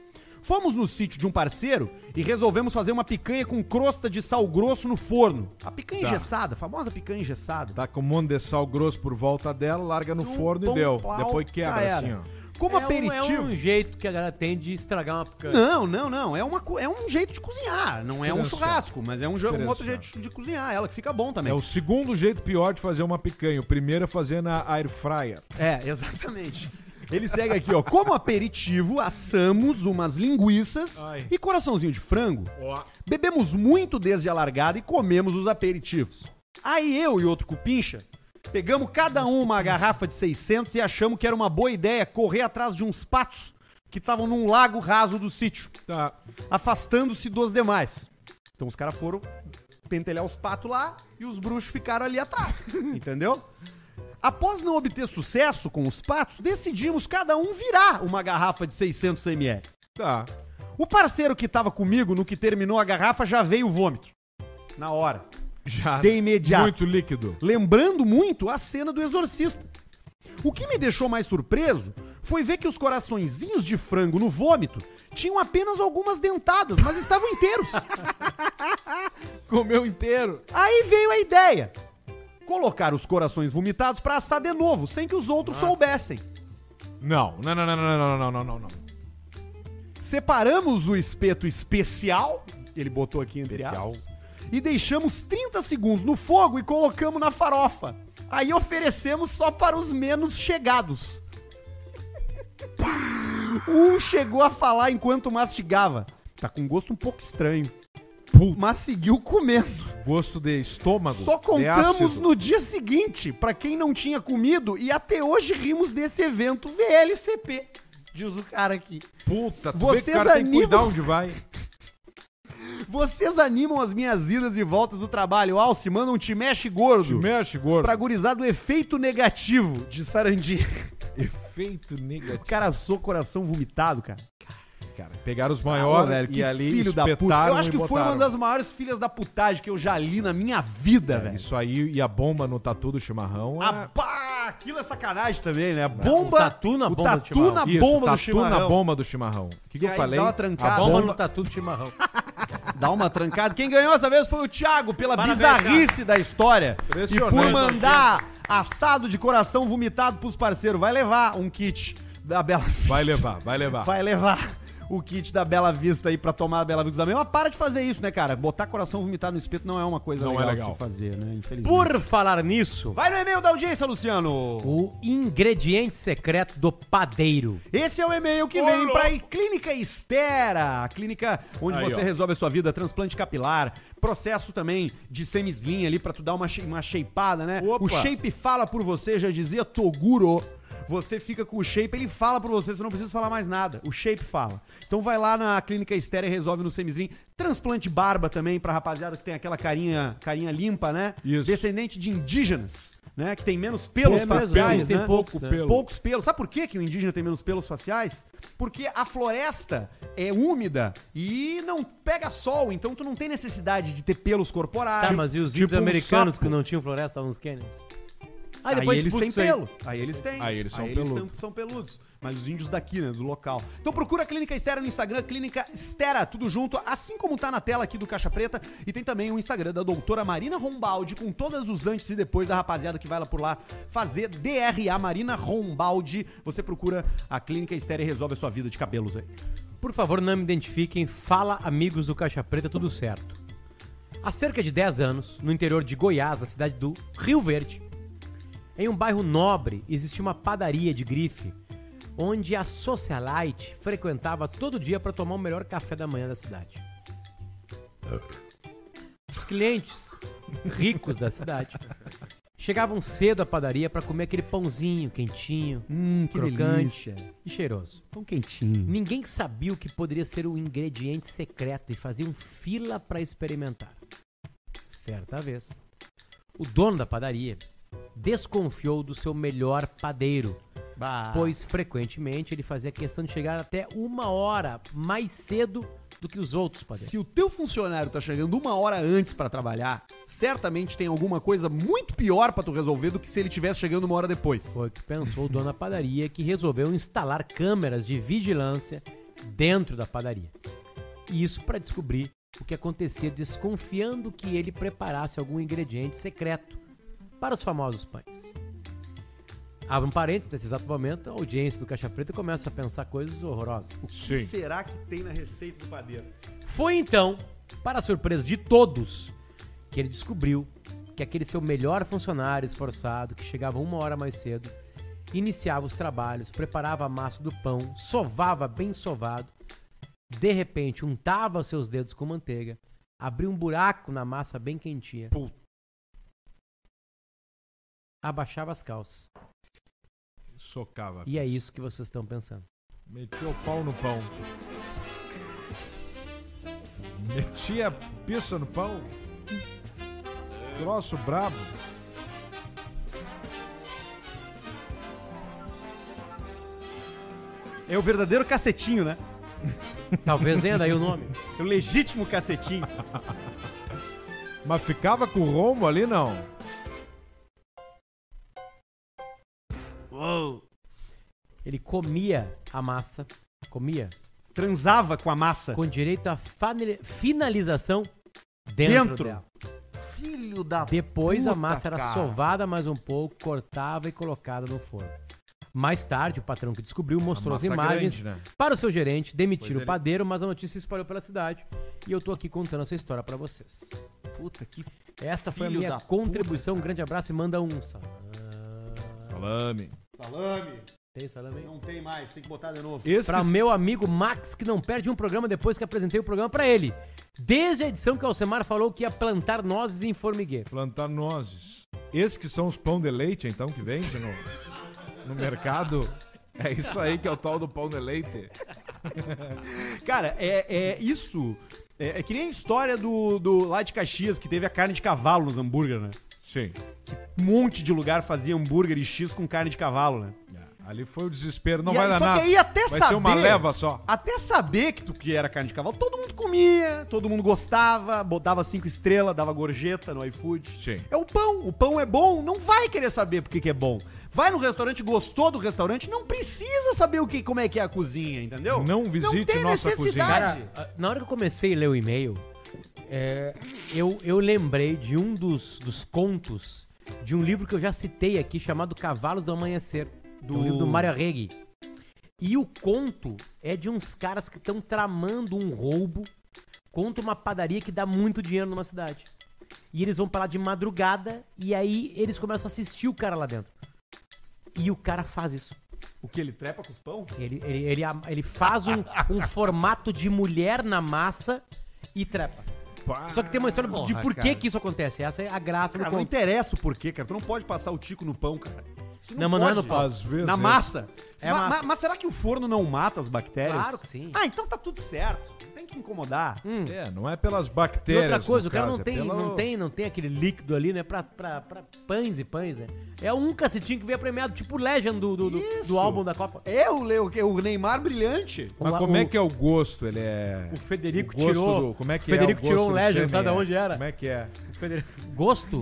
Fomos no sítio de um parceiro e resolvemos fazer uma picanha com crosta de sal grosso no forno. A picanha engessada, a famosa picanha engessada.
Tá com um monte de sal grosso por volta dela, larga no
Um
forno
pão
e deu.
plau,
Depois
já
quebra
era.
assim, ó.
Como
É um-
aperitivo.
É um jeito que a galera tem de estragar uma picanha.
Não, não, não. É, uma, co- é um jeito de cozinhar. Não é um
Diferencial.
churrasco, mas é um, jo- um outro
Diferencial.
jeito de cozinhar. Ela que fica bom também.
É o segundo jeito pior de fazer uma picanha. O primeiro é fazer na air fryer.
É, exatamente. Ele segue aqui, ó. Como aperitivo, assamos umas linguiças
Ai.
e coraçãozinho de frango. Bebemos muito desde a largada e comemos os aperitivos. Aí eu e outro cupincha pegamos cada um uma garrafa de 600 e achamos que era uma boa ideia correr atrás de uns patos que estavam num lago raso do sítio,
Tá.
afastando-se dos demais. Então os caras foram pentelhar os patos lá e os bruxos ficaram ali atrás, entendeu? Após não obter sucesso com os patos, decidimos cada um virar uma garrafa de 600 ml.
Tá.
O parceiro que tava comigo no que terminou a garrafa já veio o vômito. Na hora.
Já. né?
De imediato.
Muito líquido.
Lembrando muito a cena do exorcista. O que me deixou mais surpreso foi ver que os coraçõezinhos de frango no vômito tinham apenas algumas dentadas, mas estavam inteiros.
Comeu inteiro.
Aí veio a ideia: colocar os corações vomitados pra assar de novo, sem que os outros soubessem.
Não, não, não, não, não, não, não, não, não, não.
Separamos o espeto especial, ele botou aqui entre
Especial.
aspas, e deixamos 30 segundos no fogo e colocamos na farofa. Aí oferecemos só para os menos chegados. Um chegou a falar enquanto mastigava. Tá com um gosto um pouco estranho. Mas seguiu comendo.
Gosto de estômago.
Só
de
contamos
É ácido.
no dia seguinte, pra quem não tinha comido, e até hoje rimos desse evento VLCP, diz o cara aqui.
Puta, tu vê que
Vocês
o cara tem que
animam-
cuidar onde vai.
Vocês animam as minhas idas e voltas do trabalho. Alce, manda um te mexe gordo.
Mexe, gordo.
Pra gurizar do efeito negativo de Sarandi.
Efeito negativo.
O cara assou coração vomitado, cara.
Cara, pegaram os maiores
Alô,
e ali
filho da puta.
espetaram
Eu acho
e
que foi uma
botaram.
das maiores filhas da putagem que eu já li na minha vida,
É,
velho.
Isso aí e a bomba no tatu do chimarrão. é-
Ah, pá, aquilo é sacanagem também, né? A Bomba.
O tatu na
o
bomba do
tatu
chimarrão.
na
Isso,
bomba do
tatu
chimarrão.
na bomba do chimarrão. O que, que
E
eu
aí
falei? Ah,
dá uma trancada.
A
Bomba
bomba-
no tatu do tá chimarrão.
Dá uma trancada. Quem ganhou essa vez foi o Thiago, pela
Parabéns,
bizarrice da história. E
Impressionante.
por mandar assado de coração vomitado pros parceiros. Vai levar um kit da Bela Vista.
Vai levar, vai levar.
Vai levar o kit da Bela Vista aí pra tomar a Bela Vista da mesma. Para de fazer isso, né, cara? Botar coração vomitado no espeto não é uma coisa
Não é
legal,
legal.
de se fazer, né? Infelizmente.
Por falar nisso,
Vai no e-mail da audiência, Luciano.
o ingrediente secreto do padeiro.
Esse é o e-mail que vem para a Clínica Estera, a clínica onde você resolve a sua vida, transplante capilar, processo também de semislinha ali para tu dar uma, shape- uma shapeada, né?
Opa.
O shape fala por você, já dizia Toguro. Você fica com o shape, ele fala por você, você não precisa falar mais nada. O shape fala. Então vai lá na Clínica Estera e resolve no semislim. Transplante barba também pra rapaziada que tem aquela carinha, carinha limpa, né?
Isso.
Descendente de indígenas, né? Que tem menos pelos
Tem menos
faciais,
pelos,
né?
tem pouco pelo.
poucos pelos. Sabe por que, que o indígena tem menos pelos faciais? Porque a floresta é úmida e não pega sol, então tu não tem necessidade de ter pelos corporais.
Tá, mas e os
tipo
índios
um
americanos
sapo.
que não tinham floresta, estavam nos cânions?
Aí,
depois
eles
disputa
têm
isso aí.
pelo. Aí eles têm.
Aí eles são peludos.
tão- são peludos. Mas os índios daqui, né? Do local. Então procura a Clínica Estera no Instagram, Clínica Estera, tudo junto, assim como tá na tela aqui do Caixa Preta. E tem também o Instagram da doutora Marina Rombaldi, com todas os antes e depois da rapaziada que vai lá por lá fazer DRA Marina Rombaldi. Você procura a Clínica Estera e resolve a sua vida de cabelos aí.
Por favor, não me identifiquem. Fala, amigos do Caixa Preta, tudo certo. Há cerca de 10 anos, no interior de Goiás, na cidade do Rio Verde, em um bairro nobre, existia uma padaria de grife, onde a socialite frequentava todo dia para tomar o melhor café da manhã da cidade. Os clientes ricos da cidade Chegavam cedo à padaria pra comer aquele pãozinho quentinho,
Hum, que
crocante
delícia.
e cheiroso.
Tão quentinho.
Ninguém sabia o que poderia ser o ingrediente secreto e faziam fila para experimentar. Certa vez, o dono da padaria desconfiou do seu melhor padeiro,
Ah.
pois frequentemente ele fazia questão de chegar até uma hora mais cedo do que os outros padeiros.
Se o teu funcionário tá chegando uma hora antes pra trabalhar, certamente tem alguma coisa muito pior pra tu resolver do que se ele tivesse chegando uma hora depois.
Foi o que pensou o dono da padaria, que resolveu instalar câmeras de vigilância dentro da padaria. E Isso para descobrir o que acontecia, desconfiando que ele preparasse algum ingrediente secreto para os famosos pães. Abre um parênteses, nesse exato momento, a audiência do Caixa Preta começa a pensar coisas horrorosas.
Sim.
Será que tem na receita do padeiro?
Foi então, para a surpresa de todos, que ele descobriu que aquele seu melhor funcionário esforçado, que chegava uma hora mais cedo, iniciava os trabalhos, preparava a massa do pão, sovava bem sovado, de repente untava os seus dedos com manteiga, abria um buraco na massa bem quentinha, abaixava as calças.
Socava.
E é isso que vocês estão pensando.
Metia o pau no pão. Metia pizza no pão. Troço brabo.
É o verdadeiro cacetinho, né?
Talvez venha daí o nome.
É o legítimo cacetinho.
Mas ficava com o rombo ali, não.
Ele comia a massa, comia
Transava com a massa.
com direito à fane- finalização dentro,
Dentro.
dela.
Filho da
Depois a
Puta,
massa era
cara.
sovada mais um pouco, cortava e colocada no forno. Mais tarde, o patrão que descobriu mostrou
A
as
massa
imagens
grande, né?
para o seu gerente, demitir
Pois
o
ele-
padeiro, mas a notícia se espalhou pela cidade e eu tô aqui contando essa história pra vocês.
puta que
Esta foi a
Filho
minha
da
contribuição. um grande abraço e manda um salame.
Salame.
salame.
Tem salame aí?
Não tem mais, tem que botar de novo.
Esse
Pra
que-
meu amigo Max, que não perde um programa depois que apresentei o programa pra ele. Desde a edição que o Alcemar falou que ia plantar nozes em formigueiro.
Plantar nozes. Esses que são os pão de leite, então, que vende no, no mercado. É isso aí que é o tal do pão de leite.
Cara, é, é isso. É, é que nem a história do, do lá de Caxias, que teve a carne de cavalo nos hambúrguer, né?
Sim.
Um monte de lugar fazia hambúrguer e X com carne de cavalo, né?
É, Ali foi o desespero. Não
E
vai
aí-
dar
só
nada.
que aí até
vai ser
saber-
uma leva só.
Até saber que tu que era carne de cavalo, todo mundo comia, todo mundo gostava, botava cinco estrelas, dava gorjeta no iFood.
Sim.
É o pão, o pão é bom, não vai querer saber porque que é bom. Vai no restaurante, gostou do restaurante, não precisa saber o que, como é que é a cozinha, entendeu?
Não visite nossa
necessidade.
Ah, Na hora que eu comecei a ler o e-mail, é, eu, eu lembrei de um dos, dos contos de um livro que eu já citei aqui, chamado Cavalos do Amanhecer, do livro do Mário Arregui. E o conto é de uns caras que estão tramando um roubo contra uma padaria que dá muito dinheiro numa cidade. E eles vão pra lá de madrugada e aí eles começam a assistir o cara lá dentro. E o cara faz isso.
O que ele trepa com os pão?
Ele, ele, ele, am- ele faz um, um formato de mulher na massa e trepa.
Pá.
Só que tem uma história de
Porra,
por que
cara.
que isso acontece. Essa é a graça do
Cara, não
conto.
interessa o porquê, cara. Tu não pode passar o tico no pão, cara. Isso
Não, mas não é
pode.
no pau.
Às vezes.
Na massa.
É
Ma- ma-
massa.
Mas, será que o forno não mata as bactérias?
Claro que sim. Hum.
Ah, então tá tudo certo. Não tem que incomodar.
É, não é pelas
E
bactérias.
outra coisa,
no
o cara
caso,
não
é
tem,
pela-
não, tem, não tem aquele líquido ali, né? Pra, pra, pra pães e pães, né? É um cacetinho que veio premiado, tipo o Legend do, do, do- do,
Isso.
álbum da Copa.
Eu, Leo, que- É o Neymar brilhante.
Mas
O-
como é
o-
que é o gosto? Ele é.
O Federico
gosto
tirou.
do- Como é que é
Federico
o gosto
tirou um
do
Legend,
sêmen?
sabe de onde era?
Como é que é?
Gosto?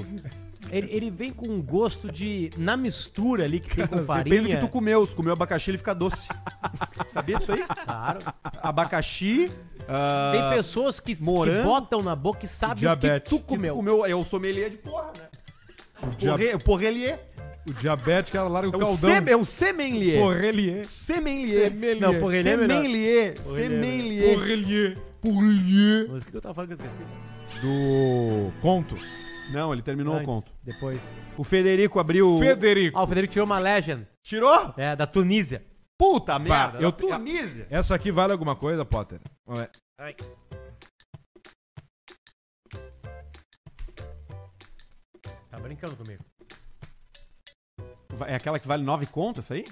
Ele, ele vem com um gosto de. Na mistura ali que tem com farinha.
Depende do que tu comeu. Se comeu abacaxi, ele fica doce. Sabia disso aí?
Claro.
Abacaxi. ah,
Tem pessoas que, que
morango.
botam na boca e sabem o que
Diabetes.
tu
que
comeu.
Tu comeu. É o sommelier de porra, né?
O, dia...
Porre, porrelier.
o diabético era larga o
É um,
caldão.
sem, é um semelier.
Porrelier.
Semelier.
Não, porrelier é melhor.
Semelier. Semelier.
Porrelier.
Porrelier.
Mas o que eu tava falando que eu esqueci?
Do conto.
Não, ele terminou o
Antes,
conto.
Depois.
O Federico abriu.
Federico.
Ah, o Federico tirou uma Legend.
Tirou?
É, da Tunísia.
Puta merda.
eu-
da Tunísia.
Essa aqui vale alguma coisa, Potter? é- Vamos ver.
Tá brincando comigo.
É aquela que vale nove contas, essa aí?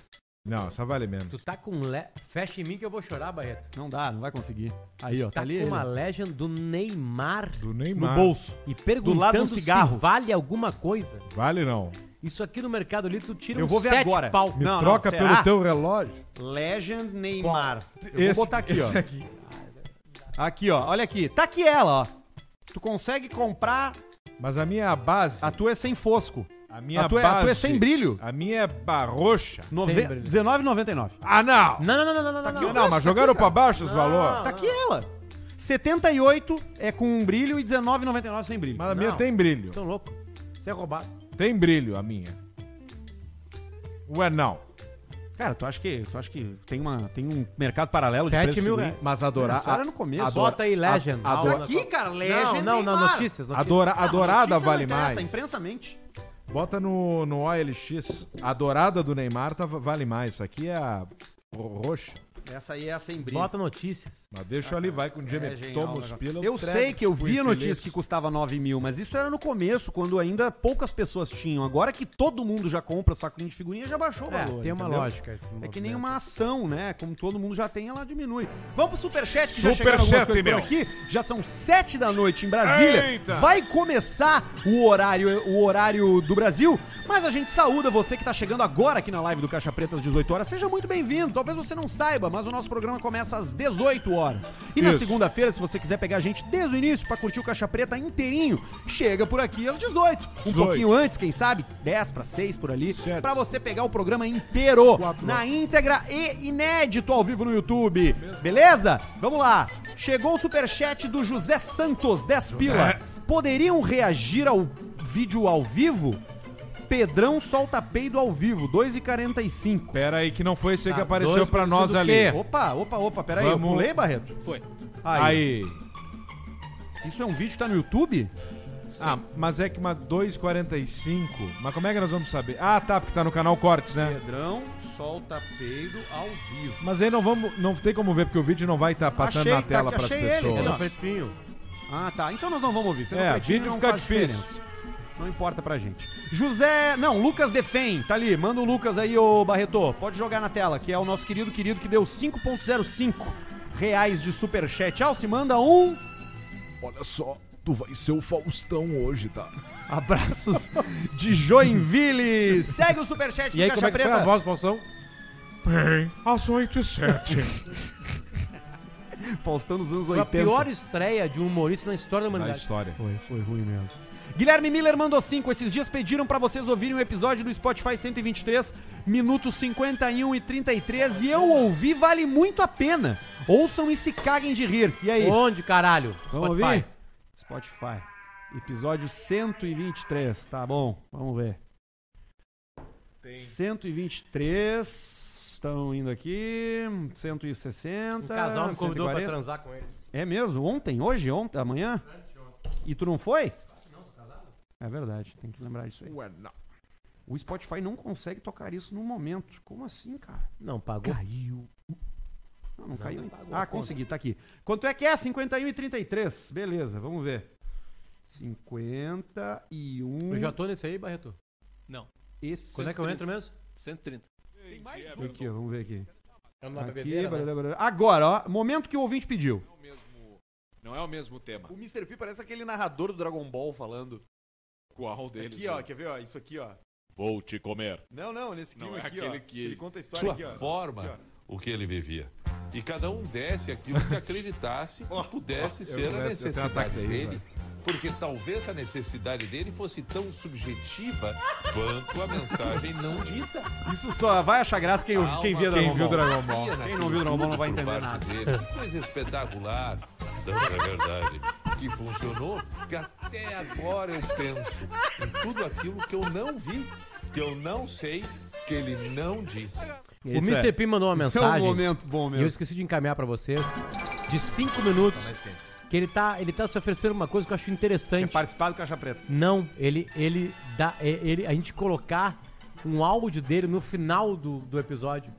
Não, essa vale menos.
Tu tá com. Le... Fecha em mim que eu vou chorar, Barreto.
Não dá, não vai conseguir. Aí, ó, tá,
Tá
ali.
com
ele,
uma
ó.
legend do Neymar
Do
no
Neymar.
bolso.
e
lado de
perguntando
um
se
cigarro.
vale alguma coisa.
Vale não.
Isso aqui no Mercado Livre tu tira
Eu
uns
vou ver
sete
agora.
pau.
Me
Não, não,
troca
será?
pelo teu relógio.
Legend Neymar. Eu
Esse-
vou botar aqui, ó.
esse aqui.
Aqui, ó. Olha aqui. Tá aqui ela, ó. Tu consegue comprar.
Mas a minha é a base.
A tua é sem fosco.
A minha
a tua é- a
base.
tua é sem brilho.
A minha é barroxa.
Nove...
Sem brilho.
19,99.
Ah, não!
Não, não, não, não, não, não.
Não,
Tá aqui,
não.
ó.
não, mas jogaram pra baixo os valores.
Tá aqui ela. 78 é com um brilho e 19,99 sem brilho.
Mas a minha
Não.
tem brilho.
Estão loucos. Você é roubado.
Tem brilho a minha. Ué, não.
Cara, tu acha que, tu acha que tem, uma, tem um mercado paralelo de preços iguais?
Mas
Cara,
adorar.
Isso era no começo.
adora-
Bota aí Legend.
a- adora-
aula
Aqui,
na-
cara, Legend
Não, não, não,
Neymar.
notícias. notícias.
Adora-
Não, mas
adorada
notícia não
vale
interessa,
mais.
A imprensa mente.
Bota no, no OLX. A dourada do Neymar tá, vale mais. Isso aqui é a ro- roxa.
Essa aí é a sem brilho.
Bota notícias.
Mas deixa eu ali, vai com o Jimmy.
É, genial,
toma os
legal.
pila.
Eu
entrega,
sei que eu
fui
vi a
infeliz.
notícia que custava 9 mil, mas isso era no começo, quando ainda poucas pessoas tinham. Agora que todo mundo já compra saquinho de figurinha, já baixou o
É,
um valor.
tem uma
entendeu?
lógica esse
É que
movimento.
nem uma ação, né? Como todo mundo já tem, ela diminui. Vamos pro Superchat, que já
Superchat,
chegaram algumas coisas
meu.
por aqui. Já são sete da noite em Brasília.
Eita.
Vai começar o horário, o horário do Brasil. Mas a gente saúda você que tá chegando agora aqui na live do Caixa Preta às 18 horas. Seja muito bem-vindo. Talvez você não saiba, mas o nosso programa começa às 18 horas. E na
Isso.
segunda-feira, se você quiser pegar a gente desde o início pra curtir o Caixa Preta inteirinho, chega por aqui às 18. Um
18.
pouquinho antes, quem sabe? 10 para 6 por ali.
Certo.
Pra você pegar o programa inteiro
Quatro
na íntegra e inédito ao vivo no YouTube. Beleza? Vamos lá. Chegou o superchat do José Santos, 10 pila. Poderiam reagir ao vídeo ao vivo? Pedrão solta peido ao vivo, 2,45.
Pera aí, que não foi esse aí que
Tá,
apareceu
dois
pra
minutos
nós
do
ali.
quê?
Opa, opa, opa, peraí, eu
É. Vamos.
pulei, Barreto?
Foi.
Aí.
Aí.
Isso é um vídeo que tá no YouTube?
Ah, mas é que uma 2,45. Mas como é que nós vamos saber? Ah, tá, porque tá no canal Cortes, né?
Pedrão solta peido ao vivo.
Mas aí não vamos, não tem como ver porque o vídeo não vai estar passando
Achei,
na
tá
tela
aqui,
para as
achei ele,
pessoas.
ele
Olha
Nossa.
o pretinho.
Ah, tá. Então nós não vamos ouvir. Sendo
É,
pretinho,
vídeo
não
fica
faz
difícil.
diferença. Não importa pra gente. José. Não, Lucas Defen. Tá ali. Manda o Lucas aí, ô Barreto. Pode jogar na tela, que é o nosso querido querido que deu 5,05 reais de superchat. Alce, manda um.
Olha só, tu vai ser o Faustão hoje, tá?
Abraços de Joinville. Segue o superchat
E aí, como é que foi a voz, Falsão?
Bem, às 8 e 7.
Faustão nos anos
Foi a
80.
pior estreia de um humorista na história da
Na
humanidade.
história.
Foi, foi ruim mesmo. Guilherme Miller mandou 5. Esses dias pediram pra vocês ouvirem um episódio do Spotify 123, minutos 51 e 33, e eu ouvi, vale muito a pena. Ouçam e se caguem de rir. E aí?
Onde, caralho?
vamos
Spotify.
ouvir? Spotify. Episódio 123, tá bom? Vamos ver. 123. Estão indo aqui. 160.
Um casal me convidou pra
140.
transar com eles.
É mesmo? Ontem? Hoje? Ontem? Amanhã? E tu não foi? É verdade, tem que lembrar disso aí.
Ué, não.
O Spotify não consegue tocar isso no momento. Como assim, cara?
Não, pagou.
Não, não caiu ainda. Ah, consegui, tá aqui. Quanto é que é? 51 e 33. Beleza, vamos ver. 51
Eu já tô nesse aí, Barreto?
e...
Quando é que eu entro mesmo?
130.
Aqui, ó, vamos ver aqui.
Eu não dá pra
aqui
beber. né?
barará, barará. Agora, ó, momento que o ouvinte pediu.
Não é o mesmo tema.
O Mr. P parece aquele narrador do Dragon Ball falando. né?
Qual deles?
quer ver? Ó, isso aqui, ó.
Vou te comer.
Não, não, nesse
Não, clima é aqui, ó, aquele que- ele
conta a
Sua forma, o que ele vivia. E cada um desse aquilo que acreditasse que pudesse ser
eu tenho um
a necessidade
ataque daí,
dele. Porque talvez a necessidade dele fosse tão subjetiva quanto a mensagem não dita.
Isso só vai achar graça quem, ouvi- quem via
Quem
Dragon
Quem viu
Ball.
Dragon Ball?
Quem não viu Dragon Ball não vai entender
né? Por
nada.
parte Dele. Que Coisa espetacular. Então, é verdade. Que funcionou, que até agora eu penso em tudo aquilo que eu não vi, que eu não sei, que ele não disse.
O Mr. P mandou uma
Esse é um
mensagem.
momento bom
E eu
mesmo.
esqueci de encaminhar pra vocês de 5 minutos que ele tá, ele tá se oferecendo uma coisa que eu acho
Quer
interessante.
participar do Caixa Preta.
Não, ele ele dá é- ele a gente colocar um áudio dele no final do, do episódio.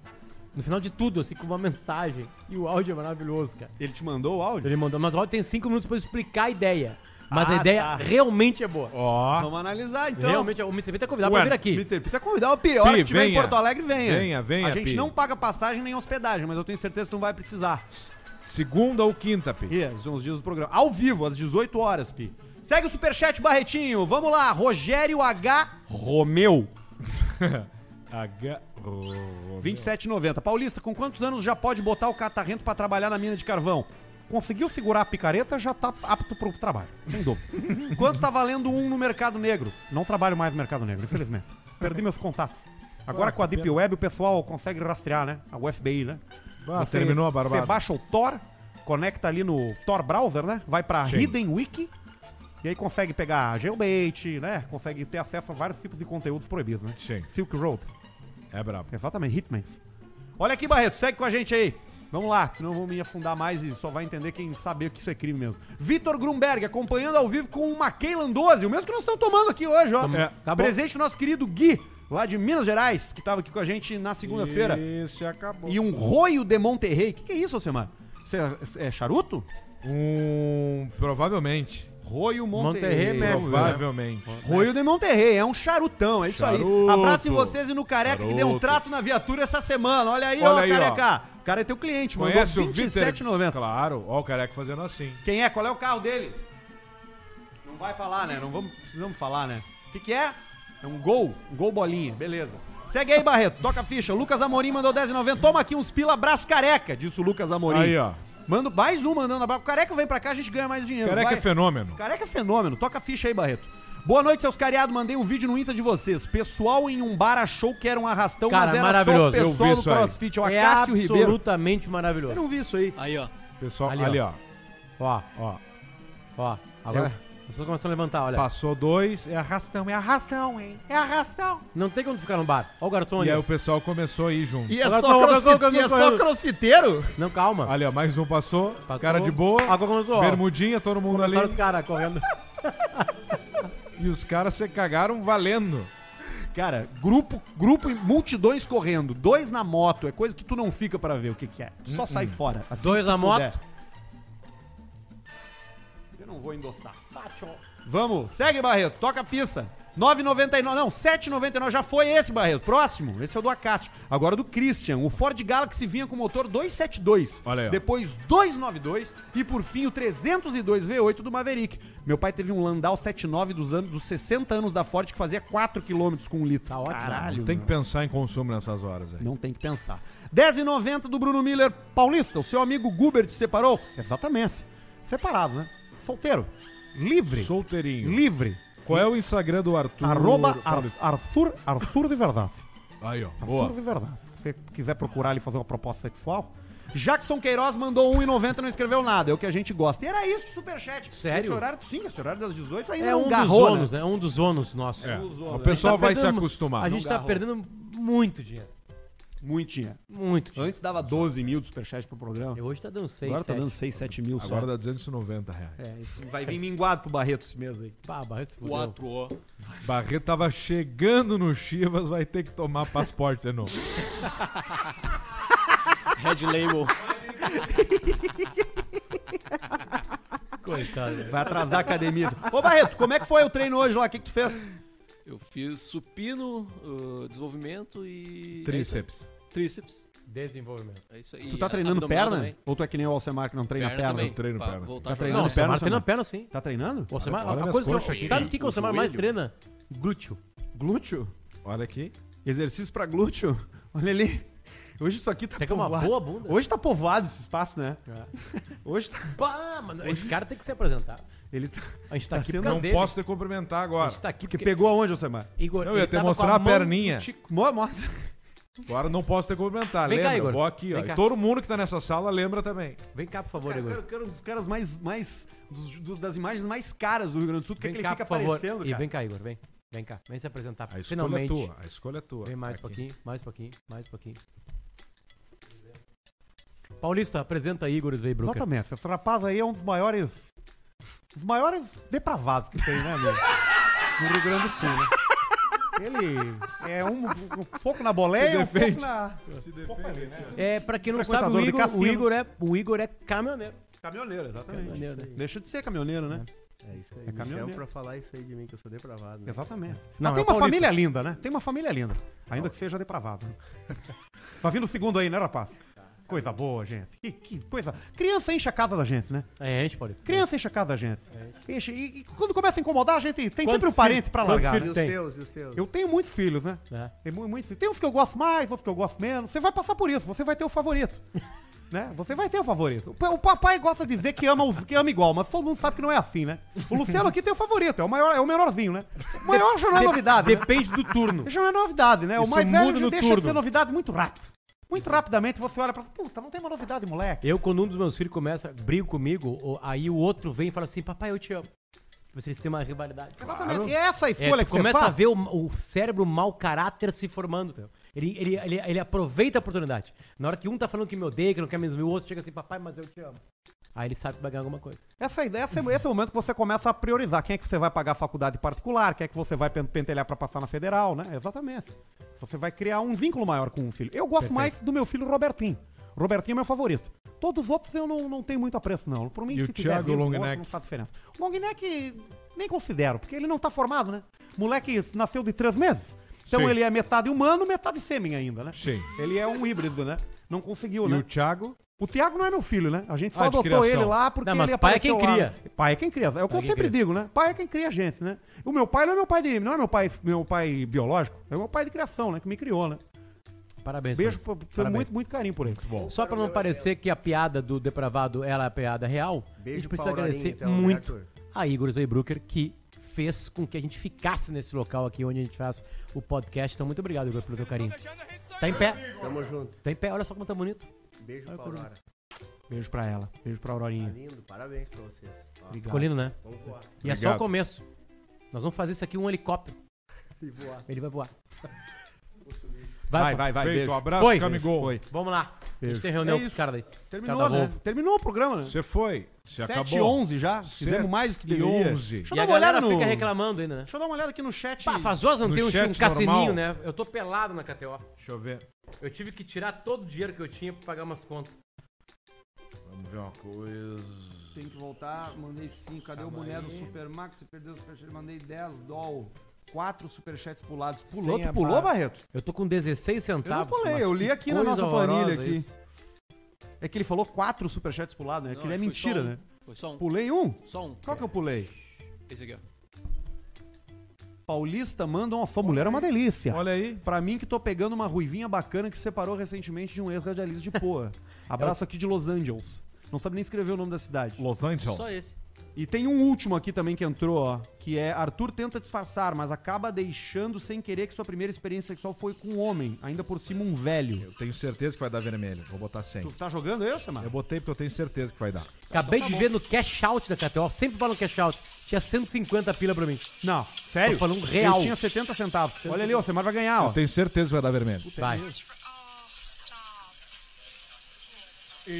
No final de tudo, assim, com uma mensagem. E o áudio é maravilhoso, cara.
Ele te mandou o áudio?
Ele mandou, mas o áudio tem 5 minutos pra eu explicar a ideia. Mas a
Ah,
ideia
tá.
realmente é boa.
Ó.
Vamos analisar, então.
realmente, o MCV tá convidado
Ué,
pra vir aqui.
Peter, Peter, convidar o pior
Pi,
que tiver
venha.
em Porto Alegre, venha.
Venha, venha,
A gente
Pi.
não paga passagem nem hospedagem, mas eu tenho certeza que tu não vai precisar.
Segunda ou quinta, Pi?
E são os dias do programa. Ao vivo, às 18 horas, Pi. Segue o Superchat Barretinho. Vamos lá, Rogério H. Romeu.
H. Oh,
27,90. Paulista, com quantos anos já pode botar o catarrento pra trabalhar na mina de carvão? Conseguiu segurar a picareta, já tá apto pro trabalho. Sem dúvida. Quanto tá valendo um no mercado negro? Não trabalho mais no mercado negro, infelizmente. Perdi meus contatos. Agora
tá
com a Deep Web o pessoal consegue rastrear, né? A UFBI, né?
Ah, terminou a barbada.
Você baixa o Tor, conecta ali no Tor Browser, né? Vai pra Hidden Wiki. E aí consegue pegar jailbait, né? Consegue ter acesso a vários tipos de conteúdos proibidos, né?
Sim.
Silk Road.
É brabo.
Exatamente, Hitman. Olha aqui, Barreto, segue com a gente aí. Vamos lá, senão eu vou me afundar mais e só vai entender quem saber que isso é crime mesmo. Vitor Grunberg, acompanhando ao vivo com o Maqueilan 12, o mesmo que nós estamos tomando aqui hoje, ó.
É, tá bom.
Presente o nosso querido Gui, lá de Minas Gerais, que tava aqui com a gente na segunda-feira.
Isso, acabou.
E um roio de Monterrey. O que, que é isso, Alcemar? Isso é, é charuto?
Um. Provavelmente.
Roio
Monterrey,
Monterrey.
né?
Provavelmente.
Roio de Monterrey, é um charutão, é isso
Charuto.
aí. Abraço em vocês e no Careca que deu um
Charuto.
trato na viatura essa semana. Olha aí,
Olha
ó,
aí,
Careca. O cara é teu cliente, mandou
Conhece o Vitor?
27,90.
Claro. Ó, o careca fazendo assim.
Quem é? Qual é o carro dele? Não vai falar, né? Não vamos, precisamos falar, né? O que, que é? É um gol, um gol bolinha, beleza. Segue aí, Barreto, toca a ficha. Lucas Amorim mandou 10,90. Toma aqui uns pila, abraço careca, disse o Lucas Amorim.
Aí, ó.
Manda mais um mandando abraço. Careca vem pra cá, a gente ganha mais dinheiro.
Careca
vai.
é fenômeno.
Careca é fenômeno. Toca a ficha aí, Barreto. Boa noite, seus cariados. Mandei um vídeo no Insta de vocês. Pessoal em um bar achou que era um arrastão,
Cara,
mas era só o
maravilhoso. Eu
pessoal
vi
do
isso aí.
CrossFit. É o
É
Acácio Ribeiro.
absolutamente
Eu
maravilhoso.
não vi isso aí.
Aí, ó.
Pessoal,
Ali,
ali,
ó.
ó.
Ó,
ó.
ó. Agora as pessoas começam a levantar,
Tá.
olha.
Passou dois, é arrastão, é arrastão, hein? É arrastão.
Não tem como tu ficar no bar. Ó o garçom
E aí
é
ali.
o pessoal começou a ir junto.
E é,
Agora
só
tô-
crossfit-
tô- tô- tô-
e é só
tô-
crossfiteiro?
Não, calma.
Ali, ó, mais um passou.
Passou.
Cara de boa.
Agora começou, ó.
Bermudinha, todo mundo ali.
Começaram os caras correndo.
E os caras se cagaram valendo.
Cara, grupo, grupo e multidões correndo. Dois na moto. É coisa que tu não fica pra ver o que, que é. Tu só sai fora. assim
Dois
que
na
tu
moto.
Eu não vou endossar. Vamos, segue, Barreto. Toca a pista. 9,99. Não, 7,99. Já foi esse, Barreto. Próximo. Esse é o do Acácio. Agora do Christian. O Ford Galaxy vinha com motor 272.
Olha aí, ó.
Depois 292. E por fim o 302 V8 do Maverick. Meu pai teve um Landau 79 dos, anos, dos 60 anos da Ford que fazia 4 km com um litro. Tá ótimo. Caralho.
Tem que pensar em consumo nessas horas aí.
Não tem que pensar. 10,90 do Bruno Miller Paulista. O seu amigo Guber te separou? Exatamente. Separado, né? Solteiro. Livre.
Solteirinho.
Livre.
Qual é o Instagram do Arthur?
Arroba Ar-
Paulista?
Arthur, Arthur de verdade.
Aí, ó.
Arthur
Boa.
de verdade. Se você quiser procurar ele fazer uma proposta sexual. Jackson Queiroz mandou 1,90 e não escreveu nada. É o que a gente gosta. E era isso de superchat.
Sério?
Esse horário, sim, esse horário das 18 ainda
É
não
um
garrou,
dos ônus,
né?
né? É um dos ônus nossos.
É.
A gente
O
né?
pessoal
tá
vai se
perdendo-
acostumar.
A gente tá perdendo muito dinheiro.
Muito dinheiro.
Muito dinheiro.
Antes dava 12 mil de superchat pro programa.
E Hoje tá dando seis,
Agora tá
sete.
dando 6, 7 mil só.
é.
Agora dá 290 reais.
É, esse vai vir minguado pro Barreto esse mês aí.
Pá, Barreto se fudeu.
Quatro, ó.
Barreto tava chegando no Chivas, vai ter que tomar passaporte de novo.
Red Label.
Coitado.
Vai atrasar a academia. Ô, Barreto, como é que foi o treino hoje lá? O que, que tu fez?
Eu fiz supino, ah, desenvolvimento e...
Tríceps.
É isso aí. Tríceps.
Desenvolvimento.
É isso aí.
Tu tá
E
treinando
abdominal
perna?
também.
Ou tu é que nem o Alcemar que não treina
Perna,
perna?
também.
eu treino
pra
perna,
voltar
sim. Tá
a jogar.
treinando
Não, o Samar
perna,
treina perna, sim.
Tá treinando?
O Samar,
olha
a
minhas
coisa que eu-
coxas aqui,
Sabe
né?
o que, que o
O
Samar mais
joelho.
treina? Glúteo.
Glúteo?
Olha aqui.
Exercício pra glúteo? Olha ali. Hoje isso aqui tá
Tem que é uma boa bunda. É.
Hoje tá povoado esse espaço, né? Hoje tá...
Pá, mano, esse cara tem que se apresentar.
Ele tá...
A gente tá,
Tá
aqui
sendo-
por causa
Não
dele.
posso te cumprimentar
A
agora.
gente tá aqui
Que
porque...
pegou aonde, Alcemar?
Igor,
Eu ia
ele
até
tava com a
mostrar a
mão no
perninha.
tico.
Mo- Mostra.
Agora não posso te cumprimentar.
Vem cá,
lembra?
Igor.
Eu Vou aqui, ó.
Vem cá.
E todo mundo que tá nessa sala lembra também.
Vem cá, por favor,
Cara, eu
Igor.
quero, eu quero um dos caras mais... mais dos- dos- das imagens mais caras do Rio Grande do Sul. Porque
Vem
é que ele
cá,
fica
por favor.
aparecendo,
E
cara?
vem cá, Igor, vem. Vem cá, vem se apresentar.
A escolha
Finalmente.
é tua. A escolha é tua.
Vem mais um
Aqui.
pouquinho, mais um pouquinho, mais um pouquinho. Paulista, apresenta Igor Sveibrucker.
Exatamente. Esse rapaz aí é um dos maiores. Os maiores depravados que tem, né, meu? No Rio Grande do Sul, né? Ele é um, um pouco na boleia, um pouco
defende.
na.
É, pra quem não sabe,
Frequentador
o
de
Igor, o
cassino.
Igor é, o Igor é caminhoneiro.
Caminhoneiro, exatamente.
Caminhoneiro, né?
Deixa de ser caminhoneiro, né?
É isso aí.
É caminhoneiro.
Michel pra falar isso aí de mim, que eu sou depravado. Né?
Exatamente.
Não,
Mas tem uma
é paulista.
família linda, né? Tem uma família linda. Ainda que seja depravada. tá vindo o segundo aí, né, rapaz? Coisa boa, gente. Que, que coisa. Criança enche a casa da gente, né?
É, gente, Paulista.
Criança enche a casa da gente. Enche. E, e quando começa a incomodar, a gente tem
É. Quantos
sempre um parente
filhos-
pra
quantos
largar.
E
né?
filhos?
os
Tem.
teus, e os teus?
Eu tenho muitos filhos, né?
É.
Tem, mu- muitos filhos. tem uns que eu gosto mais, outros que eu gosto menos. Você vai passar por isso, você vai ter o favorito. né? Você vai ter o favorito. O pa- O papai gosta de dizer que ama, os, que ama igual, mas todo mundo sabe que não é assim, né? O Luciano aqui tem o favorito, é o, maior, é o menorzinho, né? O maior já não é novidade. né?
Depende do turno.
Já não é novidade, né? O
Isso
mais
muda
velho já
no
deixa de
turno.
ser novidade muito rápido. Muito rapidamente você olha pra. Puta, não tem uma novidade, moleque.
Eu, quando um dos meus filhos começa, briga comigo, o- aí o outro vem e fala assim, papai, eu te amo. Vocês têm uma rivalidade.
Exatamente. E essa é a
É,
assim,
escolha
tu
que
começa
você faz.
a ver o, o cérebro mau caráter se formando. entendeu? Ele, ele, ele, ele aproveita a oportunidade. Na hora que um tá falando que me odeia, que não quer me assumir, o outro chega assim, papai, mas eu te amo. Aí ele sabe que vai ganhar alguma coisa.
Essa ideia, esse, esse é o momento que você começa a priorizar quem é que você vai pagar a faculdade particular, quem é que você vai pen- pentelhar pra passar na federal, né? Exatamente. Você vai criar um vínculo maior com o filho. Eu gosto mais do meu filho Robertinho. Robertinho é meu favorito. Todos os outros eu não, não tenho muito apreço, não. Por mim,
E o
se quiser
Thiago
vir, eu gosto,
Longneck?
não faz diferença. O Longneck nem considero, porque ele não tá formado, né? Moleque nasceu de três meses. Então
Sim.
ele é metade humano, metade sêmen ainda, né?
Sim.
Ele é um híbrido, né? Não conseguiu,
E
né?
o Thiago?
O Thiago não é meu filho, né? A gente só
Ah, de
adotou
criação.
ele lá porque
Não, mas
ele
pai é quem
apareceu lá.
cria.
Pai é quem cria. É o que eu
quem
sempre
cria.
digo, né? Pai é quem cria a gente, né? O meu pai não é meu pai de, não é meu pai, meu pai biológico, é meu pai de criação, né? Que me criou, né?
Parabéns.
Beijo,
Paulista.
pra- pra-
Parabéns.
muito, muito carinho por ele.
Bom.
Só pra não parecer que a piada do depravado ela é a piada real, a gente
Beijo
precisa
pra
agradecer
Aurorinha, então, né,
muito
Arthur?
a Igor Zweibrucker, que fez com que a gente ficasse nesse local aqui onde a gente faz o podcast. Então, muito obrigado, Igor, pelo teu carinho. Tá em pé,
Tamo junto.
tá em pé. Olha só como tá bonito.
Beijo pra Aurora.
Beijo pra ela. Beijo pra
Tá
Aurorinha.
lindo, parabéns pra vocês. Ó,
Obrigado.
Ficou lindo, né?
vamos voar.
E é só
Obrigado.
o começo. Nós vamos fazer isso aqui um helicóptero.
E voar.
Ele vai voar.
Vai,
pô.
vai, vai.
Feito, um
Beijo.
abraço,
Foi.
Camigol.
Foi.
Vamos lá. A
Beijo.
gente tem reunião
É
com os
isso.
caras aí.
Terminou,
Cada um.
né?
Volvo.
Terminou o programa, né?
Você foi. Você
Sete e
acabou.
11 já. Fizemos
Sete
mais do que
e
deveria.
11.
Deixa eu
E
dar
a
uma olhada
galera
no...
fica reclamando ainda, né?
Deixa eu dar uma olhada aqui no chat.
Pá, faz horas eu não
No
tem um,
chat
um
normal.
cassininho, né? Eu tô pelado na KTO.
Deixa eu ver.
Eu tive que tirar todo o dinheiro que eu tinha pra pagar umas contas.
Vamos ver uma coisa.
Tem que voltar, mandei 5. Cadê o boné do Supermax? Você perdeu o superchat, mandei 10 doll. 4 superchats pulados.
Pulou,
Sem
tu
a
pulou,
barra.
Barreto?
Eu tô com 16
Eu não
centavos.
pulei,
mas
eu
que
li aqui na
coisa
nossa planilha
horrorosa
aqui.
isso.
É que ele falou quatro superchats pro lado, né? Aquilo é
Foi
mentira,
só um.
né?
Foi só um.
Pulei um?
Só um.
Qual que eu pulei?
Esse aqui, ó.
Paulista manda uma fã. Mulher é uma delícia.
Olha aí.
Pra mim que tô pegando uma ruivinha bacana que separou recentemente de um ex-radialista de Poa. Abraço aqui de Los Angeles. Não sabe nem escrever o nome da cidade.
Los Angeles.
Só esse.
E tem um último aqui também que entrou, ó. Que é Arthur tenta disfarçar, mas acaba deixando sem querer que sua primeira experiência sexual foi com um homem. Ainda por cima um velho.
Eu tenho certeza que vai dar vermelho. Vou botar 100.
Tu tá jogando eu,
Eu
Samara?
botei porque eu tenho certeza que vai dar.
Acabei
Tá
de ver no cash out da KTO, sempre falo no cash out. Tinha 150 pila pra mim.
Não, sério?
Tô falando real.
Eu tinha 70 centavos. Olha ali, ó, Samara vai ganhar, ó.
Eu tenho certeza que vai dar vermelho.
Vai. tá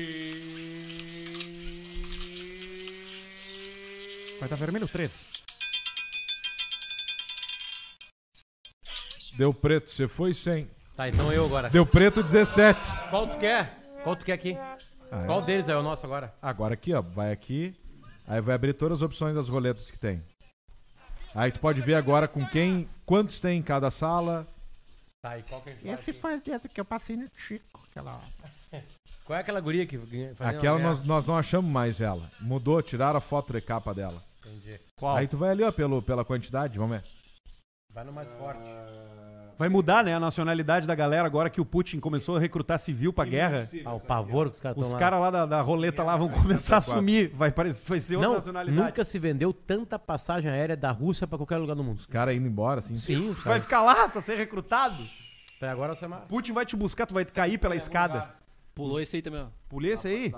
Vai dar vermelho 13.
Deu preto, você foi 100.
Tá, então eu agora.
Deu preto 17.
Qual tu quer? Qual tu quer aqui?
Ah, é?
Qual deles é o nosso agora?
Agora aqui, ó, vai aqui. Aí vai abrir todas as opções das roletas que tem. Aí tu pode ver agora com quem, quantos tem em cada sala.
Tá, e qual que a gente
Esse foi o dedo que eu passei no Tico, aquela hora.
Qual é aquela guria que ganha- fazia
Aquela
uma-
nós, nós não achamos mais ela. Mudou, tiraram a foto de capa dela.
Entendi.
Aí tu vai ali, ó, pelo, pela quantidade, vamos ver.
Vai no mais forte.
Vai mudar, né, a nacionalidade da galera agora que o Putin começou a recrutar civil pra guerra.
Ah, o pavor que os caras
Os
lá.
caras lá da, da roleta lá vão começar a assumir. Vai, parecer, vai ser outra
Tá Não,
nacionalidade.
nunca se vendeu tanta passagem aérea da Rússia pra qualquer lugar do mundo.
O cara indo embora, assim.
Sim,
Vai
sabe?
ficar lá pra ser recrutado?
Até agora você é mais.
Putin vai te buscar, tu vai cair pela escada.
Pulou esse aí também, ó.
Polícia aí?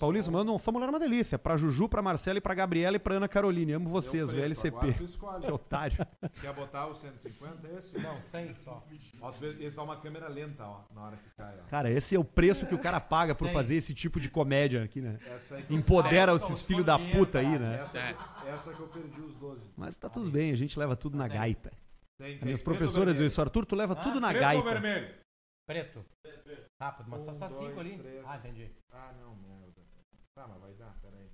Paulista, manda um Samuel é uma delícia. Pra Juju, pra Marcela e pra Gabriela e pra Ana Caroline. Amo vocês, velho. LCP. Que otário.
Quer botar o 150 é esse? Não, 100 só. Às vezes esse dá uma câmera lenta, ó, na hora que cai, ó.
Cara, esse é o preço que o cara paga por fazer esse tipo de comédia aqui, né? Empodera esses filhos da puta aí, né?
Essa que eu perdi os 12.
Mas tá tudo bem, a gente leva tudo na gaita. As minhas professoras dizem isso, Arthur, tu leva tudo na gaita.
vermelho?
Preto. Rápido, mas só, só cinco ali. Ah, entendi.
Ah, não, merda. Tá, mas vai dar, peraí.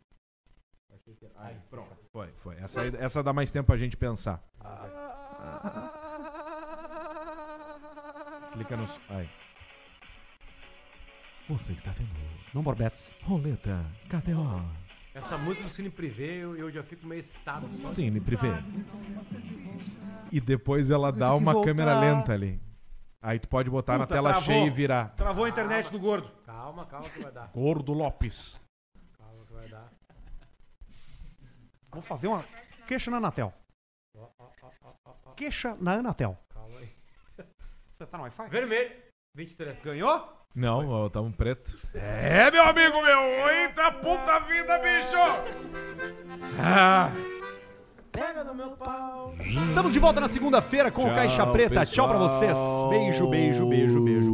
Aí, pronto. Foi, foi. Essa, aí- essa dá mais tempo pra gente pensar. Clica no. Aí. Você está vendo?
Não borbetes.
Roleta. KTO.
Essa música do Cine Privé, eu, eu já fico meio excitado.
Cine Privé. E depois ela dá
tenho que
uma
voltar.
câmera lenta ali. Aí tu pode botar na
Puta,
tela
travou.
cheia e virar.
Travou a internet do gordo.
Calma, calma que vai dar.
Gordo Lopes.
Calma que vai dar.
Vou fazer uma queixa na Anatel.
Ó, ó, ó, ó, ó, ó.
Queixa na Anatel.
Calma aí.
Você tá no Wi-Fi?
Vermelho. 23.
Ganhou?
Não, ó, tá um preto. É, meu amigo meu! Eita puta vida, bicho! Ah,
Pega no meu pau.
Estamos de volta na segunda-feira com o Caixa Preta. Tchau pra vocês. Beijo, beijo, beijo, beijo.